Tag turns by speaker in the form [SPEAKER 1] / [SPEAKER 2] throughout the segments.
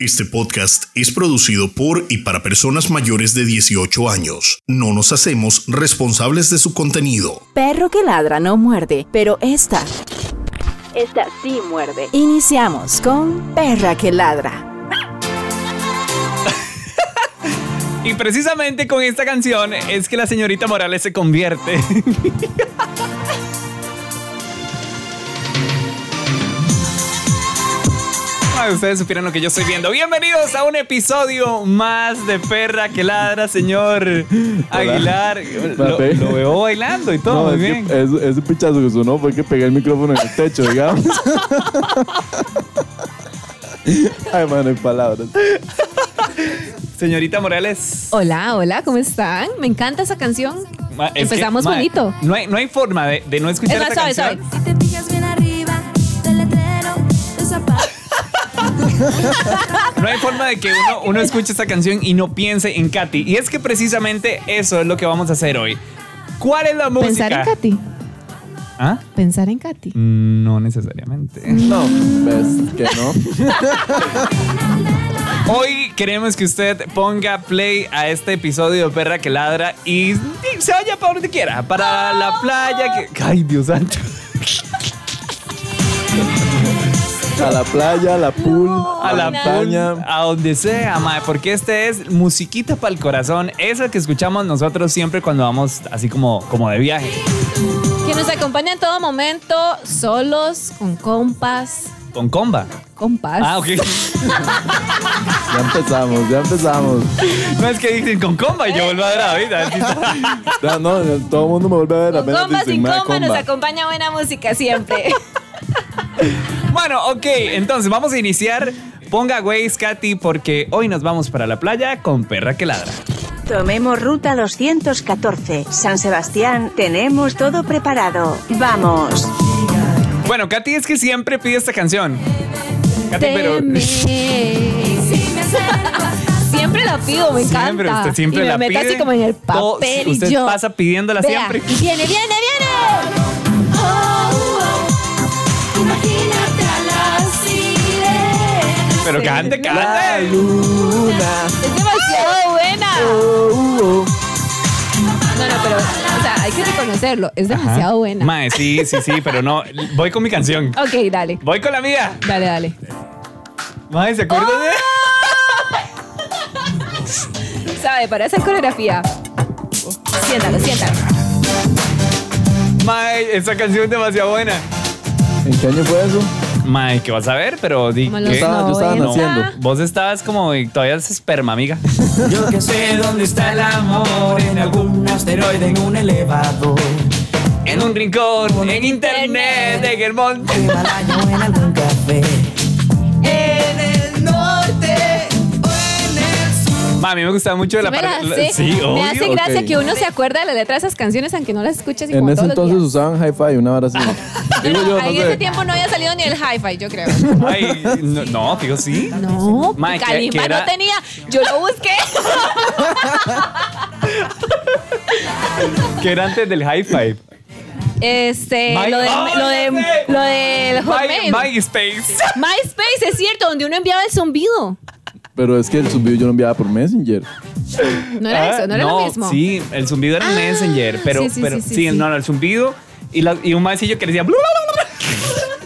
[SPEAKER 1] Este podcast es producido por y para personas mayores de 18 años. No nos hacemos responsables de su contenido.
[SPEAKER 2] Perro que ladra no muerde, pero esta,
[SPEAKER 3] Esta sí muerde.
[SPEAKER 2] iniciamos con Perra que ladra.
[SPEAKER 4] Y precisamente con esta canción es que la señorita Morales se convierte. Ay, ustedes supieran lo que yo estoy viendo. Bienvenidos a un episodio más de Perra que Ladra, señor Aguilar. Lo,
[SPEAKER 5] Espérate.
[SPEAKER 4] lo veo bailando y todo, muy
[SPEAKER 5] es,
[SPEAKER 4] bien.
[SPEAKER 5] Que, es, es un pinchazo que sonó fue que pegué el micrófono en el techo, digamos. Ay, mano, hay palabras. eh.
[SPEAKER 4] Señorita Morales.
[SPEAKER 6] Hola, hola, ¿cómo están? Me encanta esa canción.
[SPEAKER 4] ma- es que,
[SPEAKER 6] Empezamos
[SPEAKER 4] ma,
[SPEAKER 6] bonito.
[SPEAKER 4] No hay, no hay forma de, de no escuchar
[SPEAKER 6] Es más,
[SPEAKER 4] esta
[SPEAKER 6] suave,
[SPEAKER 4] canción.
[SPEAKER 6] suave.
[SPEAKER 7] Si te fijas bien arriba del letrero, de zapato.
[SPEAKER 4] No hay forma de que uno, uno escuche esta canción y no piense en Katy. Y es que precisamente eso es lo que vamos a hacer hoy. ¿Cuál es la música?
[SPEAKER 6] Pensar en Katy.
[SPEAKER 4] ¿Ah?
[SPEAKER 6] Pensar en Katy.
[SPEAKER 4] Mm. No necesariamente.
[SPEAKER 5] No, ves que no.
[SPEAKER 4] Hoy queremos que usted ponga play a este episodio de Perra que Ladra y, y se vaya para donde quiera. Para la playa. Que... Ay, Dios santo.
[SPEAKER 5] A la playa, a la pool,
[SPEAKER 4] A la
[SPEAKER 5] montaña.
[SPEAKER 4] pool, a donde sea, mae, porque este es musiquita para el corazón, esa que escuchamos nosotros siempre cuando vamos así como, como de viaje.
[SPEAKER 6] Que nos acompaña en todo momento, solos, con compas.
[SPEAKER 4] Con comba.
[SPEAKER 6] Compas.
[SPEAKER 4] Ah, ok.
[SPEAKER 5] Ya empezamos, ya empezamos.
[SPEAKER 4] No es que dicen con comba y yo vuelvo a ver a David. así está.
[SPEAKER 5] Ya, no, ya todo el mundo me vuelve a ver.
[SPEAKER 6] Con
[SPEAKER 5] apenas
[SPEAKER 6] compas,
[SPEAKER 5] dicen,
[SPEAKER 6] sin
[SPEAKER 5] "Ma,
[SPEAKER 6] compas, nos
[SPEAKER 5] comba".
[SPEAKER 6] acompaña buena música siempre.
[SPEAKER 4] Bueno, ok, entonces vamos a iniciar. Ponga Waze, Katy, porque hoy nos vamos para la playa con perra que ladra.
[SPEAKER 3] Tomemos ruta 214. San Sebastián, tenemos todo preparado. Vamos.
[SPEAKER 4] Bueno, Katy es que siempre pide esta canción. Katy, pero.
[SPEAKER 6] Teme. Siempre la pido, me encanta.
[SPEAKER 4] Siempre, usted siempre
[SPEAKER 6] y me
[SPEAKER 4] la
[SPEAKER 6] mete
[SPEAKER 4] pide.
[SPEAKER 6] así como en el
[SPEAKER 4] Todo-
[SPEAKER 6] papel
[SPEAKER 4] usted
[SPEAKER 6] y yo.
[SPEAKER 4] pasa pidiéndola
[SPEAKER 6] Vea,
[SPEAKER 4] siempre.
[SPEAKER 6] Y viene, viene, viene.
[SPEAKER 7] Oh, oh, imagínate a la sirena.
[SPEAKER 4] Pero cante, cante.
[SPEAKER 5] Luna.
[SPEAKER 6] Es demasiado buena.
[SPEAKER 5] uh, uh.
[SPEAKER 6] No, no, pero, o sea, hay que reconocerlo. Es demasiado buena.
[SPEAKER 4] Ah. Mae, sí, sí, sí, pero no. Voy con mi canción.
[SPEAKER 6] ok, dale.
[SPEAKER 4] Voy con la mía.
[SPEAKER 6] Dale, dale.
[SPEAKER 4] Mae, ¿se acuerdan de?
[SPEAKER 3] Ah.
[SPEAKER 6] ¿Sabe? Para esa coreografía. Siéntalo, siéntalo.
[SPEAKER 4] Mae, esa canción es demasiado buena.
[SPEAKER 5] ¿En qué año fue eso?
[SPEAKER 4] Mae, ¿qué vas a ver? Pero di
[SPEAKER 6] Como
[SPEAKER 4] ¿qué?
[SPEAKER 6] los
[SPEAKER 5] estaba- yo estaba
[SPEAKER 6] 90.
[SPEAKER 5] naciendo.
[SPEAKER 4] Vos estabas como todavía es esperma, amiga. Yo que sé dónde está el amor en algún asteroide, en un elevador, en un rincón, en internet, en el monte. Ma, a mí me gustaba mucho la
[SPEAKER 6] Me, la
[SPEAKER 4] parte. la-
[SPEAKER 6] sé.
[SPEAKER 4] Sí,
[SPEAKER 6] me hace
[SPEAKER 4] obvio.
[SPEAKER 5] gra-
[SPEAKER 6] gracia
[SPEAKER 5] ok.
[SPEAKER 6] que uno se acuerda de la letra de esas canciones aunque no las escuches y
[SPEAKER 5] En
[SPEAKER 6] como
[SPEAKER 5] ese
[SPEAKER 6] todos
[SPEAKER 5] entonces
[SPEAKER 6] los días.
[SPEAKER 5] usaban hi-fi, una hora así.
[SPEAKER 6] No,
[SPEAKER 5] Digo yo,
[SPEAKER 6] ahí en
[SPEAKER 5] no
[SPEAKER 6] ese
[SPEAKER 5] sé.
[SPEAKER 6] tiempo no había salido ni el hi-fi, yo creo.
[SPEAKER 4] Ay, no, no, digo sí.
[SPEAKER 6] No,
[SPEAKER 4] Ma, que-
[SPEAKER 6] Kalimba
[SPEAKER 4] que era-
[SPEAKER 6] no tenía. Yo lo busqué.
[SPEAKER 4] Que era antes del high five.
[SPEAKER 6] Este,
[SPEAKER 4] My-
[SPEAKER 6] lo de,
[SPEAKER 4] ¡Oh,
[SPEAKER 6] lo de,
[SPEAKER 4] ya sé!
[SPEAKER 6] lo del Hotmail.
[SPEAKER 4] My, MySpace.
[SPEAKER 6] MySpace, es cierto, donde uno enviaba el zumbido.
[SPEAKER 5] Pero es que el zumbido yo lo enviaba por Messenger.
[SPEAKER 6] No
[SPEAKER 5] Ah,
[SPEAKER 6] era eso, no era lo mismo.
[SPEAKER 4] Ah, Sí, el zumbido era
[SPEAKER 6] Ah,
[SPEAKER 4] Messenger, pero,
[SPEAKER 6] sí, sí,
[SPEAKER 4] pero sí,
[SPEAKER 6] sí, sí, sí.
[SPEAKER 4] no, no, el zumbido y, la- y un maecillo que decía.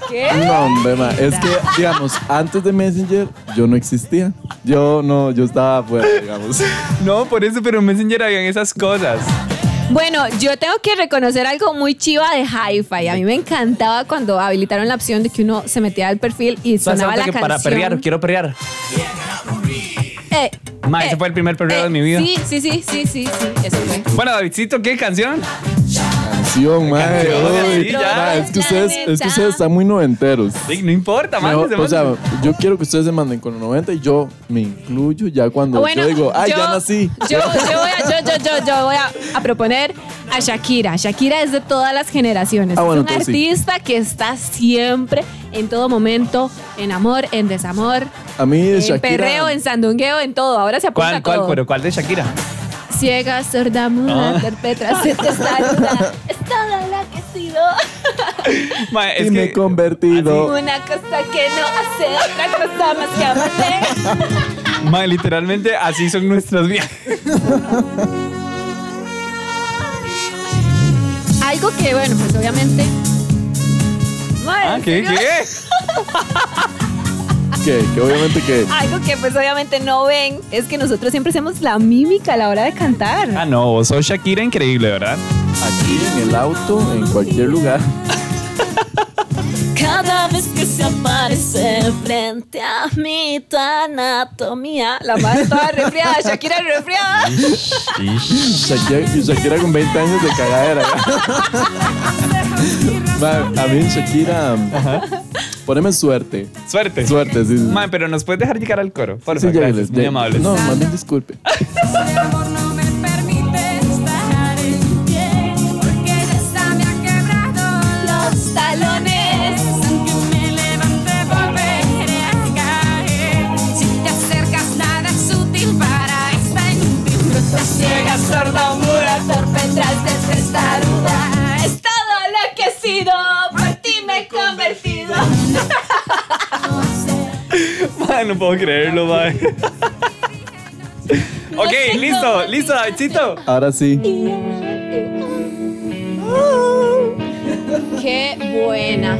[SPEAKER 6] ¿Qué?
[SPEAKER 5] No, hombre, ma, es que, digamos, antes de Messenger yo no existía. Yo no, yo estaba afuera, digamos.
[SPEAKER 4] No, por eso, pero en Messenger habían esas cosas.
[SPEAKER 6] Bueno, yo tengo que reconocer algo muy chiva de Hi-Fi. A mí me encantaba cuando habilitaron la opción de que uno se metía al perfil y sonaba
[SPEAKER 4] Pasa
[SPEAKER 6] la
[SPEAKER 4] que
[SPEAKER 6] canción.
[SPEAKER 4] Para perrear, quiero perrear.
[SPEAKER 6] Eh,
[SPEAKER 4] Ma,
[SPEAKER 6] eh,
[SPEAKER 4] ese fue el primer perreo
[SPEAKER 6] eh,
[SPEAKER 4] de mi vida.
[SPEAKER 6] Sí, sí, sí, sí, sí, sí, eso fue.
[SPEAKER 4] Bueno, Davidcito, ¿qué canción?
[SPEAKER 5] Canción, ma,
[SPEAKER 4] Canción,
[SPEAKER 5] uy,
[SPEAKER 4] sí, ya.
[SPEAKER 5] ma, es que ustedes, es que ustedes están muy noventeros.
[SPEAKER 4] Sí, no importa, man.
[SPEAKER 5] Mejor- o sea, yo quiero que ustedes se manden con los 90 y yo me incluyo ya cuando yo digo, ay, ya nací.
[SPEAKER 6] Yo, yo voy, a, yo, yo, yo, yo voy a, a proponer a Shakira. Shakira es de todas las generaciones.
[SPEAKER 5] Ah, bueno,
[SPEAKER 6] es un
[SPEAKER 5] entonces sí.
[SPEAKER 6] artista que está siempre, en todo momento, en amor, en desamor,
[SPEAKER 5] A mí
[SPEAKER 6] en
[SPEAKER 5] es Shakira.
[SPEAKER 6] perreo, en sandungueo, en todo. Ahora se apunta
[SPEAKER 4] ¿Cuál,
[SPEAKER 6] a todo.
[SPEAKER 4] cuál, pero cuál de Shakira?
[SPEAKER 6] Ciega, sorda, muda,
[SPEAKER 4] Ah.
[SPEAKER 6] perpetra, se te saluda. Es toda la que convertido.
[SPEAKER 4] Ma, es
[SPEAKER 5] y me he
[SPEAKER 4] que-
[SPEAKER 5] convertido.
[SPEAKER 6] Una cosa que no hace, otra cosa más que amarte.
[SPEAKER 4] ma, literalmente así son nuestras vidas.
[SPEAKER 6] Algo que, bueno, pues obviamente. Madre,
[SPEAKER 4] Ah,
[SPEAKER 6] ¿en
[SPEAKER 4] ¿Qué?
[SPEAKER 6] serio?
[SPEAKER 4] ¿Qué?
[SPEAKER 5] Que, que obviamente que.
[SPEAKER 6] Algo que pues obviamente no ven es que nosotros siempre hacemos la mímica a la hora de cantar.
[SPEAKER 4] Ah, no, vos sos Shakira increíble, ¿verdad?
[SPEAKER 5] Aquí en el auto, en cualquier lugar.
[SPEAKER 6] Cada vez que se aparece frente a mí tu anatomía, la madre toda resfriada, Shakira resfriada.
[SPEAKER 5] Shakira, y Shakira con 20 años de cagadera. ¿eh? Ma, a mí, Shakira. Poneme suerte.
[SPEAKER 4] Suerte.
[SPEAKER 5] Suerte, sí. sí.
[SPEAKER 4] Ma, pero nos puedes dejar llegar al coro. Por
[SPEAKER 5] Sí,
[SPEAKER 4] favor,
[SPEAKER 5] ya
[SPEAKER 4] gracias.
[SPEAKER 5] les-
[SPEAKER 4] Muy
[SPEAKER 5] ya-
[SPEAKER 4] amables.
[SPEAKER 5] No, más bien disculpe.
[SPEAKER 7] El amor no me permite estar en pie Porque ya está, me ha quebrado los talones Aunque me levante volveré a caer Si te acercas nada es útil para esta inútil Fruta ciega, sorda, muda, torpe, tras de testaruda
[SPEAKER 6] Es todo lo que he sido, por ti me he convertido.
[SPEAKER 4] Ma, no puedo creerlo, ma. ok, listo, listo, Davidcito.
[SPEAKER 5] Ahora sí.
[SPEAKER 6] Qué buena.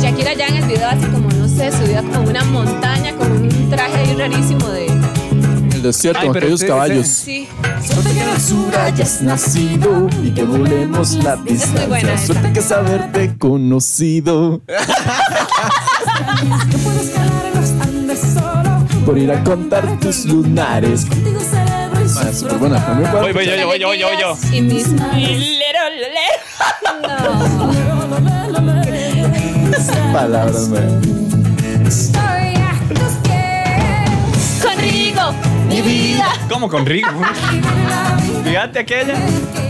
[SPEAKER 6] Shakira ya en el video hace como, no sé, subida como una montaña, con un traje ahí rarísimo de...
[SPEAKER 5] El desierto,
[SPEAKER 4] Ay,
[SPEAKER 5] con
[SPEAKER 4] pero
[SPEAKER 5] aquellos
[SPEAKER 4] sí, sí.
[SPEAKER 5] caballos.
[SPEAKER 6] Sí.
[SPEAKER 5] Suerte que en el sur hayas nacido y que volemos la distancia.
[SPEAKER 6] buena esa.
[SPEAKER 5] Suerte que saberte conocido
[SPEAKER 7] No puedo escalar en los Andes solo
[SPEAKER 5] por ir a contar tus lunares.
[SPEAKER 7] Contigo celebro y
[SPEAKER 5] Ah,
[SPEAKER 7] sufro
[SPEAKER 5] súper buena. A mí me
[SPEAKER 4] Voy,
[SPEAKER 5] parece-
[SPEAKER 4] voy, yo, yo, voy, yo, voy, yo, voy, yo.
[SPEAKER 6] Y mis... No.
[SPEAKER 5] Palabras, man.
[SPEAKER 7] Estoy a tus pies
[SPEAKER 6] Con Rigo, mi vida.
[SPEAKER 4] ¿Cómo con Rick?
[SPEAKER 7] y vive la vida
[SPEAKER 4] Fíjate aquella.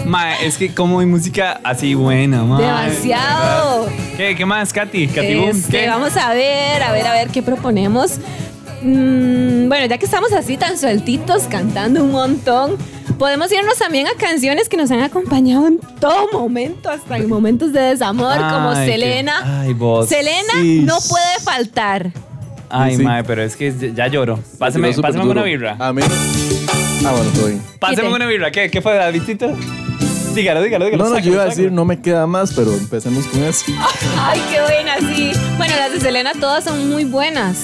[SPEAKER 4] Ma, es que como hay música así buena, ma.
[SPEAKER 6] Demasiado.
[SPEAKER 4] ¿Qué, qué más, Katy? Katy Boom,
[SPEAKER 6] Este,
[SPEAKER 4] ¿qué?
[SPEAKER 6] Vamos a ver, a ver, a ver qué proponemos. Mm, bueno, ya que estamos así tan sueltitos, cantando un montón, podemos irnos también a canciones que nos han acompañado en todo momento, hasta en momentos de desamor, como
[SPEAKER 4] Ay, qué-
[SPEAKER 6] Selena.
[SPEAKER 4] ay, vos.
[SPEAKER 6] Selena
[SPEAKER 5] Sí.
[SPEAKER 6] no puede faltar.
[SPEAKER 4] Ay,
[SPEAKER 5] Sí.
[SPEAKER 4] ma, pero es que ya lloro. Pásame,
[SPEAKER 5] Quedó súper
[SPEAKER 4] pásame
[SPEAKER 5] duro.
[SPEAKER 4] una birra.
[SPEAKER 5] A mí. Ah, bueno, todo bien.
[SPEAKER 4] Pásame
[SPEAKER 6] Quite.
[SPEAKER 4] una birra. ¿Qué, qué fue, Davidcito? Dígalo, dígalo, dígalo.
[SPEAKER 5] No, no, yo
[SPEAKER 4] sácalo,
[SPEAKER 5] iba a
[SPEAKER 4] sácalo.
[SPEAKER 5] decir, no me queda más, pero empecemos con eso.
[SPEAKER 6] Ay, qué buena, sí. Bueno, las de Selena todas son muy buenas.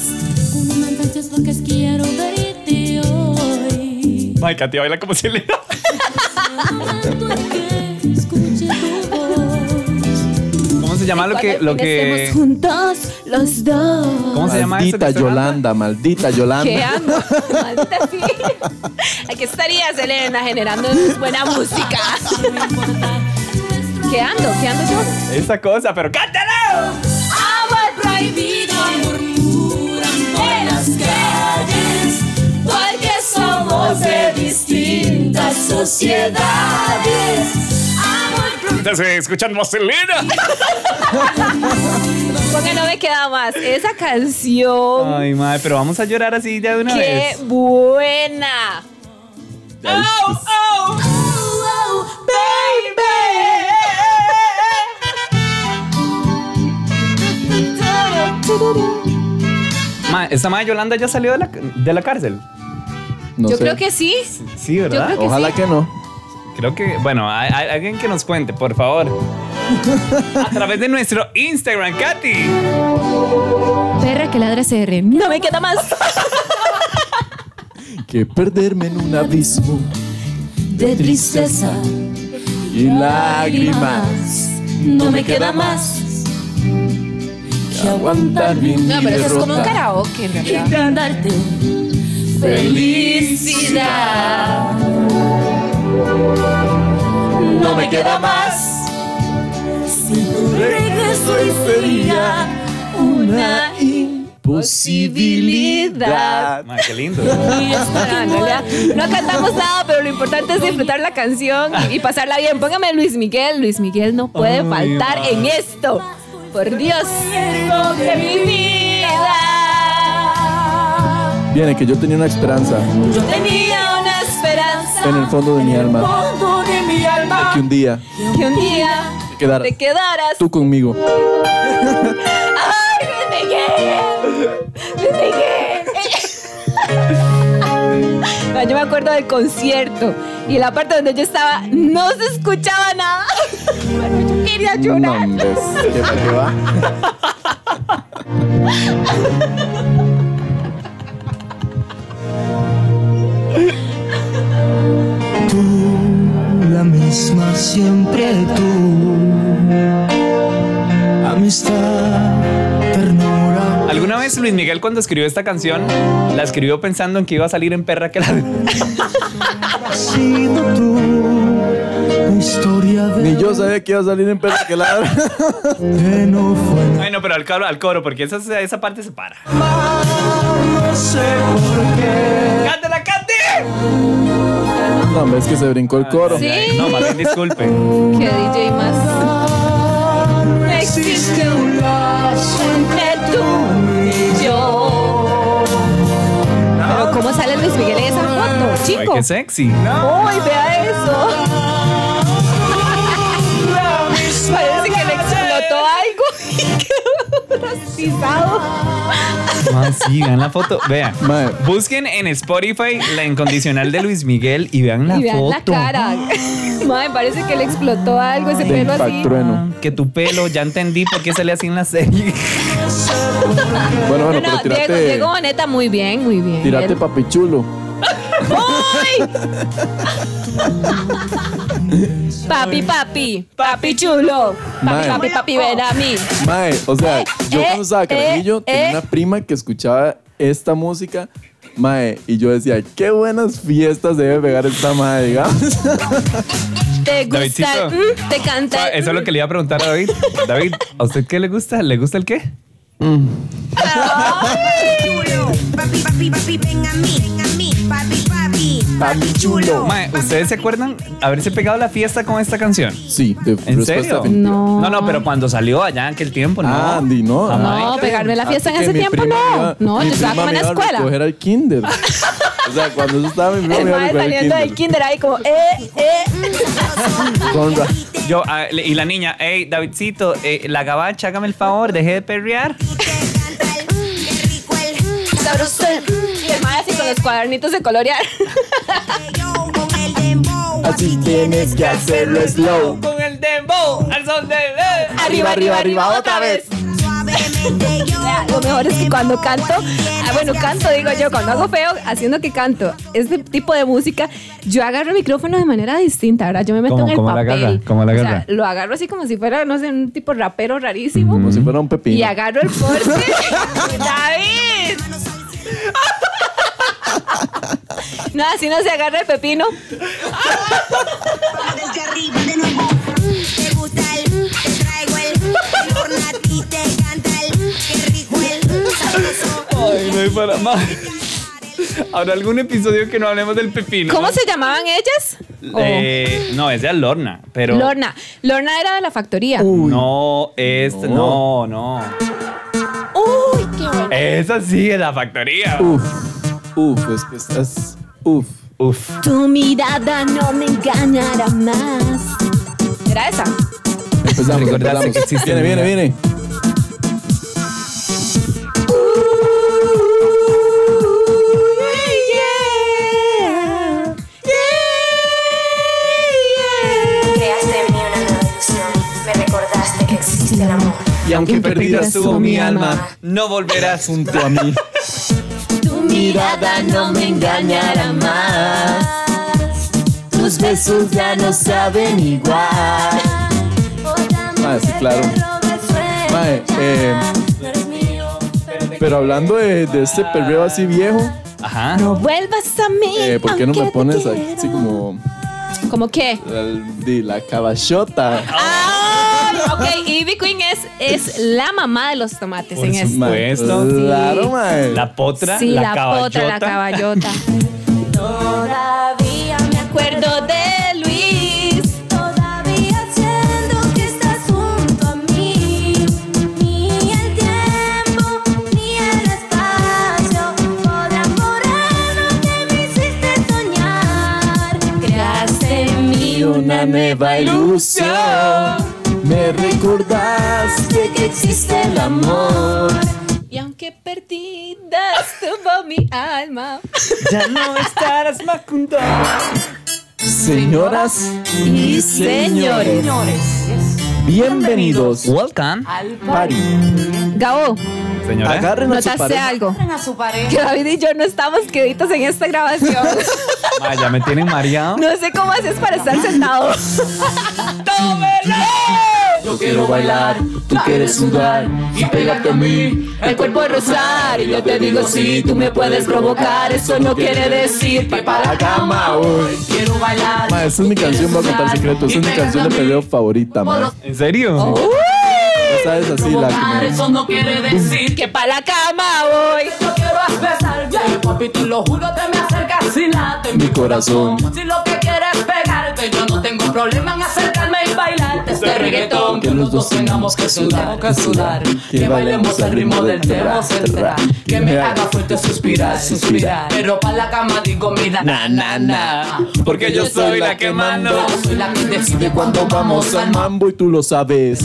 [SPEAKER 7] No me enganches porque quiero verte hoy.
[SPEAKER 4] Ay, Katy baila como Selena.
[SPEAKER 7] Tanto que escuche tu voz.
[SPEAKER 4] ¿Cómo se llama lo que,
[SPEAKER 6] Cuando
[SPEAKER 4] lo
[SPEAKER 6] al fin
[SPEAKER 4] que.
[SPEAKER 6] estemos juntos los dos.
[SPEAKER 4] ¿Cómo se llama eso que
[SPEAKER 5] Maldita
[SPEAKER 4] está sonando?
[SPEAKER 5] Yolanda, maldita
[SPEAKER 6] Que
[SPEAKER 5] Yolanda.
[SPEAKER 6] amo. Maldita sí. Aquí estaría Selena generando buena música. ¿Qué ando? ¿Qué ando yo?
[SPEAKER 4] Esa cosa, pero cántala.
[SPEAKER 6] Amor prohibido.
[SPEAKER 7] Murmuran por las calles. Porque somos de distintas sociedades. Amor prohibido.
[SPEAKER 4] Estás escuchando a Selena.
[SPEAKER 6] Porque no me queda más. Esa canción.
[SPEAKER 4] Ay, madre, pero vamos a llorar así ya de Ah, una
[SPEAKER 6] qué
[SPEAKER 4] vez.
[SPEAKER 6] buena.
[SPEAKER 5] Ya viste.
[SPEAKER 4] Ma, esta madre Yolanda ya salió de la, de la cárcel.
[SPEAKER 5] No
[SPEAKER 6] Yo
[SPEAKER 5] sé.
[SPEAKER 6] creo que sí.
[SPEAKER 4] Sí, ¿verdad?
[SPEAKER 6] creo que
[SPEAKER 5] Ojalá
[SPEAKER 6] sí.
[SPEAKER 5] que no.
[SPEAKER 4] Creo que, bueno, hay- hay alguien que nos cuente, por favor. A través de nuestro Instagram, Katy.
[SPEAKER 6] Perra que ladra CR. No me queda más.
[SPEAKER 5] Que perderme en un abismo
[SPEAKER 7] De tristeza
[SPEAKER 5] y lágrimas.
[SPEAKER 7] no me queda más que aguantar mi
[SPEAKER 6] No, pero eso es como un
[SPEAKER 5] derrota.
[SPEAKER 6] karaoke en realidad.
[SPEAKER 7] darte felicidad. No me queda más. Si tu regreso hoy sería una
[SPEAKER 5] imposibilidad.
[SPEAKER 4] Ma, qué lindo.
[SPEAKER 6] No, Ah, no, le- no cantamos nada, pero lo importante es disfrutar la canción y, y pasarla bien. Póngame Luis Miguel. Luis Miguel no puede
[SPEAKER 4] Ay,
[SPEAKER 6] faltar
[SPEAKER 4] ma.
[SPEAKER 6] en esto. Por Dios. de mi vida.
[SPEAKER 5] Viene, que yo tenía una esperanza
[SPEAKER 6] Yo tenía una esperanza.
[SPEAKER 5] en el fondo de mi alma.
[SPEAKER 7] fondo de mi alma.
[SPEAKER 3] alma.
[SPEAKER 5] que un día
[SPEAKER 6] Que un día
[SPEAKER 5] te quedaras
[SPEAKER 6] te quedaras.
[SPEAKER 5] tú conmigo.
[SPEAKER 6] ¡Ay, Luis Miguel! ¡Luis Miguel! No, Yo me acuerdo del concierto y la parte donde yo estaba no se escuchaba nada. Bueno, yo quería llorar.
[SPEAKER 5] No, hombre, es que para qué va.
[SPEAKER 8] tú, la misma siempre tú. Amistad, ternura.
[SPEAKER 4] ¿Alguna vez Luis Miguel cuando escribió esta canción la escribió pensando en que iba a salir en perra que la...
[SPEAKER 8] Has sido tú, la historia
[SPEAKER 5] Ni
[SPEAKER 8] de
[SPEAKER 5] yo sabía que iba a salir en perra que ladra.
[SPEAKER 8] que no fue
[SPEAKER 4] Ay, no, pero al coro, al coro porque esa, esa parte se para.
[SPEAKER 8] nada, no sé por qué.
[SPEAKER 4] ¡Cántela, cante!
[SPEAKER 5] No, hombre, es que se brincó el coro.
[SPEAKER 6] Sí.
[SPEAKER 4] No, más bien disculpe.
[SPEAKER 6] ¡Qué DJ más!
[SPEAKER 8] No existe un lazo entre tú y yo.
[SPEAKER 6] Pero ¿cómo sale Luis Miguel en esa foto,
[SPEAKER 4] Ay,
[SPEAKER 6] chico?
[SPEAKER 4] qué sexy.
[SPEAKER 6] ¡Uy, vea eso!
[SPEAKER 8] La misma
[SPEAKER 6] Parece que le explotó algo y quedó rostizado.
[SPEAKER 4] Man, sí, vean la foto. Vean.
[SPEAKER 5] Mae.
[SPEAKER 4] Busquen en Spotify la incondicional de Luis Miguel y vean la
[SPEAKER 6] Y vean
[SPEAKER 4] foto. Ah,
[SPEAKER 6] la cara. Madre, parece que le explotó algo ese
[SPEAKER 5] De
[SPEAKER 6] pelo así.
[SPEAKER 5] impactrueno.
[SPEAKER 4] Que tu pelo, ya entendí por qué sale así en la serie.
[SPEAKER 5] Bueno, bueno,
[SPEAKER 6] no, no,
[SPEAKER 5] pero
[SPEAKER 6] Diego,
[SPEAKER 5] tirate,
[SPEAKER 6] Diego Boneta, muy bien, muy bien.
[SPEAKER 5] tirate papi chulo.
[SPEAKER 6] ¡Uy! papi, papi, papi chulo. Papi,
[SPEAKER 5] Mae.
[SPEAKER 6] papi, papi, ven a mí.
[SPEAKER 5] Mae, o sea, yo
[SPEAKER 6] eh,
[SPEAKER 5] cuando estaba carajillo
[SPEAKER 6] eh, eh.
[SPEAKER 5] tenía una prima que escuchaba esta música. Mae, y yo decía, qué buenas fiestas debe pegar esta mae, digamos.
[SPEAKER 6] ¿Te gusta?
[SPEAKER 4] Davidcito.
[SPEAKER 6] mm, ¿Te canta?
[SPEAKER 4] Eso es lo que le iba a preguntar a David. David, ¿a usted qué le gusta? ¿Le gusta el qué?
[SPEAKER 7] Papi, papi, papi, ven a mí, ven a mí, papi, papi,
[SPEAKER 5] Papi chulo.
[SPEAKER 4] Mae, ¿ustedes se acuerdan haberse pegado la fiesta con esta canción?
[SPEAKER 5] Sí, de
[SPEAKER 4] ¿En
[SPEAKER 5] respuesta
[SPEAKER 4] serio?
[SPEAKER 5] definitiva.
[SPEAKER 6] No.
[SPEAKER 4] No, no, pero cuando salió allá en aquel tiempo, no.
[SPEAKER 5] Ah, Andy, no.
[SPEAKER 4] Ah,
[SPEAKER 6] No,
[SPEAKER 4] Ay,
[SPEAKER 6] pegarme la fiesta en
[SPEAKER 5] Que
[SPEAKER 6] ese
[SPEAKER 5] mi
[SPEAKER 6] tiempo
[SPEAKER 5] prima me
[SPEAKER 6] no.
[SPEAKER 5] iba-
[SPEAKER 6] No,
[SPEAKER 5] mi
[SPEAKER 6] yo estaba
[SPEAKER 5] prima
[SPEAKER 6] como en
[SPEAKER 5] me
[SPEAKER 6] la
[SPEAKER 5] iba a recoger
[SPEAKER 6] escuela.
[SPEAKER 5] al kinder. O sea, cuando yo estaba mi prima
[SPEAKER 6] El
[SPEAKER 5] me iba a
[SPEAKER 6] madre
[SPEAKER 5] recoger al
[SPEAKER 6] saliendo del
[SPEAKER 5] kinder.
[SPEAKER 6] kinder ahí como, eh, eh.
[SPEAKER 5] Con ra-
[SPEAKER 4] Yo, ah, le- y la niña, hey, Davidcito, eh, la gabacha, hágame el favor, deje de perrear.
[SPEAKER 6] Sabroso. Y el madre así con los cuadernitos de colorear.
[SPEAKER 5] Así tienes que hacerlo slow.
[SPEAKER 4] Con el dembow, al son de...
[SPEAKER 6] arriba, arriba, arriba, otra vez. Ya, Lo mejor es que cuando canto, ah, bueno, canto, digo yo, cuando hago feo, haciendo que canto este tipo de música, yo agarro el micrófono de manera distinta, ¿verdad? Yo me meto
[SPEAKER 4] ¿Cómo-
[SPEAKER 6] en el
[SPEAKER 4] cómo la
[SPEAKER 6] papel.
[SPEAKER 4] agarra? ¿Cómo la
[SPEAKER 6] O sea,
[SPEAKER 4] agarra?
[SPEAKER 6] lo agarro así como si fuera, no sé, un tipo rapero rarísimo.
[SPEAKER 5] Como si fuera un pepino.
[SPEAKER 6] Y agarro el corte. ¡David! No, así no se agarra el pepino.
[SPEAKER 7] Desde arriba de nuevo. Te gusta el, te traigo el, por Nati te canta el, qué rico el, sabroso.
[SPEAKER 4] Ay, no hay para más. Habrá algún episodio que no hablemos del pepino.
[SPEAKER 6] ¿Cómo se llamaban ellas? O-
[SPEAKER 4] Eh, no, es de Lorna, pero.
[SPEAKER 6] Lorna. Lorna era de la factoría.
[SPEAKER 4] No, es. No, no.
[SPEAKER 6] Uy, qué bueno.
[SPEAKER 4] Esa sí es la factoría.
[SPEAKER 5] Uf, uf, es que estás. Uf.
[SPEAKER 4] Uf.
[SPEAKER 6] Tu mirada no me engañará más. Era esa.
[SPEAKER 5] Empezamos,
[SPEAKER 4] Recordaste
[SPEAKER 5] empezamos.
[SPEAKER 4] que existe
[SPEAKER 5] Viene,
[SPEAKER 4] un
[SPEAKER 5] viene,
[SPEAKER 4] día.
[SPEAKER 5] viene.
[SPEAKER 9] Creaste en mí una nueva ilusión. Me recordaste que existe el amor.
[SPEAKER 5] Y aunque perdida estuvo mi alma,
[SPEAKER 4] No volverás un.
[SPEAKER 5] junto a mí.
[SPEAKER 6] Tu mirada no me engañará más.
[SPEAKER 5] Tus besos ya no saben igual. Mae, Ah, sí, claro. Mae, eh, pero hablando de, de este perreo así viejo,
[SPEAKER 4] Ajá.
[SPEAKER 6] No vuelvas a mí.
[SPEAKER 5] eh, ¿por qué no me
[SPEAKER 6] aunque te
[SPEAKER 5] pones
[SPEAKER 6] quiera.
[SPEAKER 5] así como
[SPEAKER 6] ¿Cómo qué?
[SPEAKER 5] el- de la cabachota?
[SPEAKER 6] Ah, ok, Ivy Queen es, es la mamá de los tomates en este esto.
[SPEAKER 5] Mae,
[SPEAKER 4] Esto.
[SPEAKER 5] Claro, mae.
[SPEAKER 4] La potra,
[SPEAKER 6] Sí,
[SPEAKER 4] la,
[SPEAKER 6] la, potra, la caballota. Todavía me acuerdo de Luis.
[SPEAKER 9] Todavía siento que estás junto a mí. Ni el tiempo ni el espacio podrán borrar lo que me hiciste soñar. Creaste en mí una
[SPEAKER 5] nueva ilusión. Me recordaste que existe el amor.
[SPEAKER 6] Y aunque perdida estuvo mi alma.
[SPEAKER 4] Ya no estarás más junto.
[SPEAKER 5] Señoras
[SPEAKER 6] Y señores.
[SPEAKER 5] bienvenidos
[SPEAKER 4] Welcome.
[SPEAKER 5] Pari.
[SPEAKER 6] Gabo,
[SPEAKER 4] Señora.
[SPEAKER 5] Agarren a su
[SPEAKER 6] notaste
[SPEAKER 5] pareja.
[SPEAKER 6] algo.
[SPEAKER 7] a su pareja.
[SPEAKER 6] Que David y yo no estamos queditos en esta grabación.
[SPEAKER 4] Ma, ya me tienen mareado.
[SPEAKER 6] No sé cómo haces para estar sentado.
[SPEAKER 5] Yo quiero bailar, tú quieres sudar y pégate a mí.
[SPEAKER 6] El cuerpo es rozar y yo te digo sí, tú me puedes provocar. Eso no quiere decir que para
[SPEAKER 5] la cama hoy. Quiero bailar. Ma, esa es mi canción, voy a contar secretos. Esa es mi canción de perreo favorita, ma.
[SPEAKER 4] ¿En serio?
[SPEAKER 6] Oh.
[SPEAKER 5] Esa es así la que me...
[SPEAKER 7] Eso no quiere decir que
[SPEAKER 6] para la cama voy.
[SPEAKER 7] yo quiero empezar bien. Papi, tú lo juro, te me acercas y late
[SPEAKER 5] Mi corazón.
[SPEAKER 7] Si lo que quieres es pegarte, yo no tengo problema en acercarme y bailarte este reggaetón.
[SPEAKER 5] Que los dos tengamos que sudar, que sudar. Que bailemos al ritmo del terra, terra.
[SPEAKER 7] Que me haga fuerte suspirar, suspirar. Pero pa' la cama digo, mira, na, na, na.
[SPEAKER 4] Porque yo soy la que mando.
[SPEAKER 7] Yo soy la que decide
[SPEAKER 5] Cuando vamos al mambo y tú lo sabes.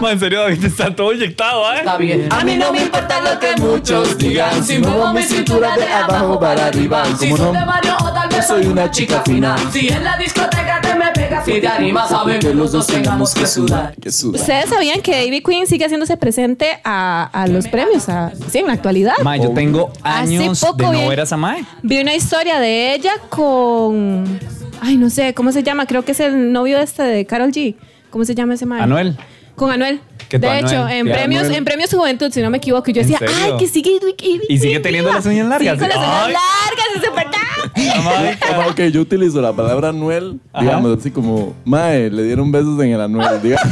[SPEAKER 4] Ma, en serio, David está todo inyectado, ¿eh?
[SPEAKER 7] Está bien. A mí no me importa lo que muchos digan. Si muevo mi cintura de abajo para arriba. Si
[SPEAKER 5] ¿Cómo
[SPEAKER 7] soy
[SPEAKER 5] no?
[SPEAKER 7] de barrio o tal vez
[SPEAKER 5] Soy
[SPEAKER 7] soy
[SPEAKER 5] una
[SPEAKER 7] una
[SPEAKER 5] chica
[SPEAKER 7] chica fina.
[SPEAKER 5] fina.
[SPEAKER 7] Si en la discoteca te me pegas y te animas, saben
[SPEAKER 5] Que los dos tengamos que sudar, que sudar.
[SPEAKER 6] Ustedes sabían que Ivy Queen sigue haciéndose presente a, a los premios, a- sí, en la actualidad.
[SPEAKER 4] Ma, yo tengo
[SPEAKER 6] Hace
[SPEAKER 4] años
[SPEAKER 6] poco
[SPEAKER 4] de
[SPEAKER 6] vi-
[SPEAKER 4] no ver a esa ¿eh? mae.
[SPEAKER 6] Vi una historia de ella con. Ay, no sé, ¿cómo se llama? Creo que es el novio este de Carol G. ¿Cómo se llama ese man?
[SPEAKER 4] Anuel.
[SPEAKER 6] Con Anuel.
[SPEAKER 4] ¿Qué
[SPEAKER 6] de
[SPEAKER 4] tal,
[SPEAKER 6] hecho,
[SPEAKER 4] Anuel?
[SPEAKER 6] en
[SPEAKER 4] Sí,
[SPEAKER 6] premios,
[SPEAKER 5] Anuel.
[SPEAKER 6] en premios Juventud, si no me equivoco, yo
[SPEAKER 4] ¿En
[SPEAKER 6] decía,
[SPEAKER 4] serio?
[SPEAKER 6] ay, que sigue Ivy Queen.
[SPEAKER 4] Y sigue
[SPEAKER 6] viva".
[SPEAKER 4] teniendo las uñas largas.
[SPEAKER 6] Sigue con las uñas
[SPEAKER 4] Ay.
[SPEAKER 6] largas, es verdad.
[SPEAKER 5] Ah, ok, yo utilizo la palabra Anuel,
[SPEAKER 4] Ajá. Ah.
[SPEAKER 5] digamos así como, Mae, le dieron besos en el Anuel, digamos.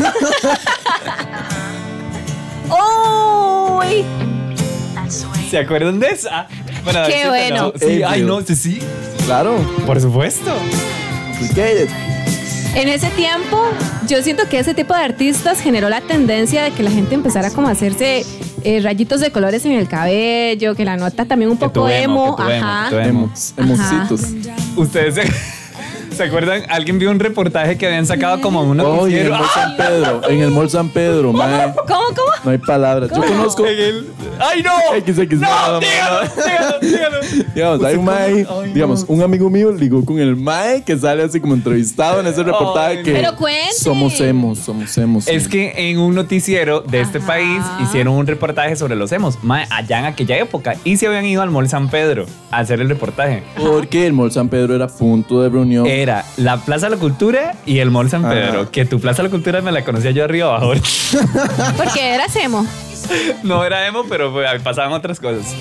[SPEAKER 6] ¡Uy!
[SPEAKER 4] ¿Se acuerdan de esa? Bueno, a ver,
[SPEAKER 6] Qué
[SPEAKER 4] sí,
[SPEAKER 6] bueno.
[SPEAKER 4] pero- Sí, ay, no, sí, sí.
[SPEAKER 5] Claro, pues,
[SPEAKER 4] Por supuesto.
[SPEAKER 5] complicated.
[SPEAKER 6] En ese tiempo, yo siento que ese tipo de artistas generó la tendencia de que la gente empezara como a hacerse eh, rayitos de colores en el cabello, que la nota también un
[SPEAKER 4] Que
[SPEAKER 6] poco
[SPEAKER 4] tu emo,
[SPEAKER 6] emo,
[SPEAKER 4] que tu emo,
[SPEAKER 6] ajá.
[SPEAKER 4] que tu emo.
[SPEAKER 5] Emos, emositos.
[SPEAKER 4] Ustedes se, ¿se acuerdan, alguien vio un reportaje que habían sacado como unos
[SPEAKER 5] Oh, y en el
[SPEAKER 4] noticieros?
[SPEAKER 5] Mall San Pedro, en el Mall San Pedro, mae.
[SPEAKER 6] ¿Cómo, cómo?
[SPEAKER 5] No hay palabras. Yo
[SPEAKER 6] ¿Cómo?
[SPEAKER 5] conozco,
[SPEAKER 4] En el- ¡Ay, no!
[SPEAKER 5] XX,
[SPEAKER 4] ¡No!
[SPEAKER 5] nada,
[SPEAKER 4] ¡Dígalo! ¡Dígalo! dígalo.
[SPEAKER 5] digamos, hay un mae, digamos, un amigo mío ligó con el mae que sale así como entrevistado en ese reportaje
[SPEAKER 4] Ay,
[SPEAKER 5] que
[SPEAKER 6] Pero cuente.
[SPEAKER 5] somos emos, somos emos.
[SPEAKER 4] Es que en un noticiero de este
[SPEAKER 6] Ajá.
[SPEAKER 4] país hicieron un reportaje sobre los emos, mae, allá en aquella época, y se habían ido al Mall San Pedro a hacer el reportaje.
[SPEAKER 5] Porque el Mall San Pedro era punto de reunión.
[SPEAKER 4] Era la Plaza de la Cultura y el Mall San
[SPEAKER 5] Ajá.
[SPEAKER 4] Pedro, que tu Plaza de la Cultura me la conocía yo arriba abajo.
[SPEAKER 6] Porque eras emo.
[SPEAKER 4] No era emo, pero pues, pasaban otras cosas.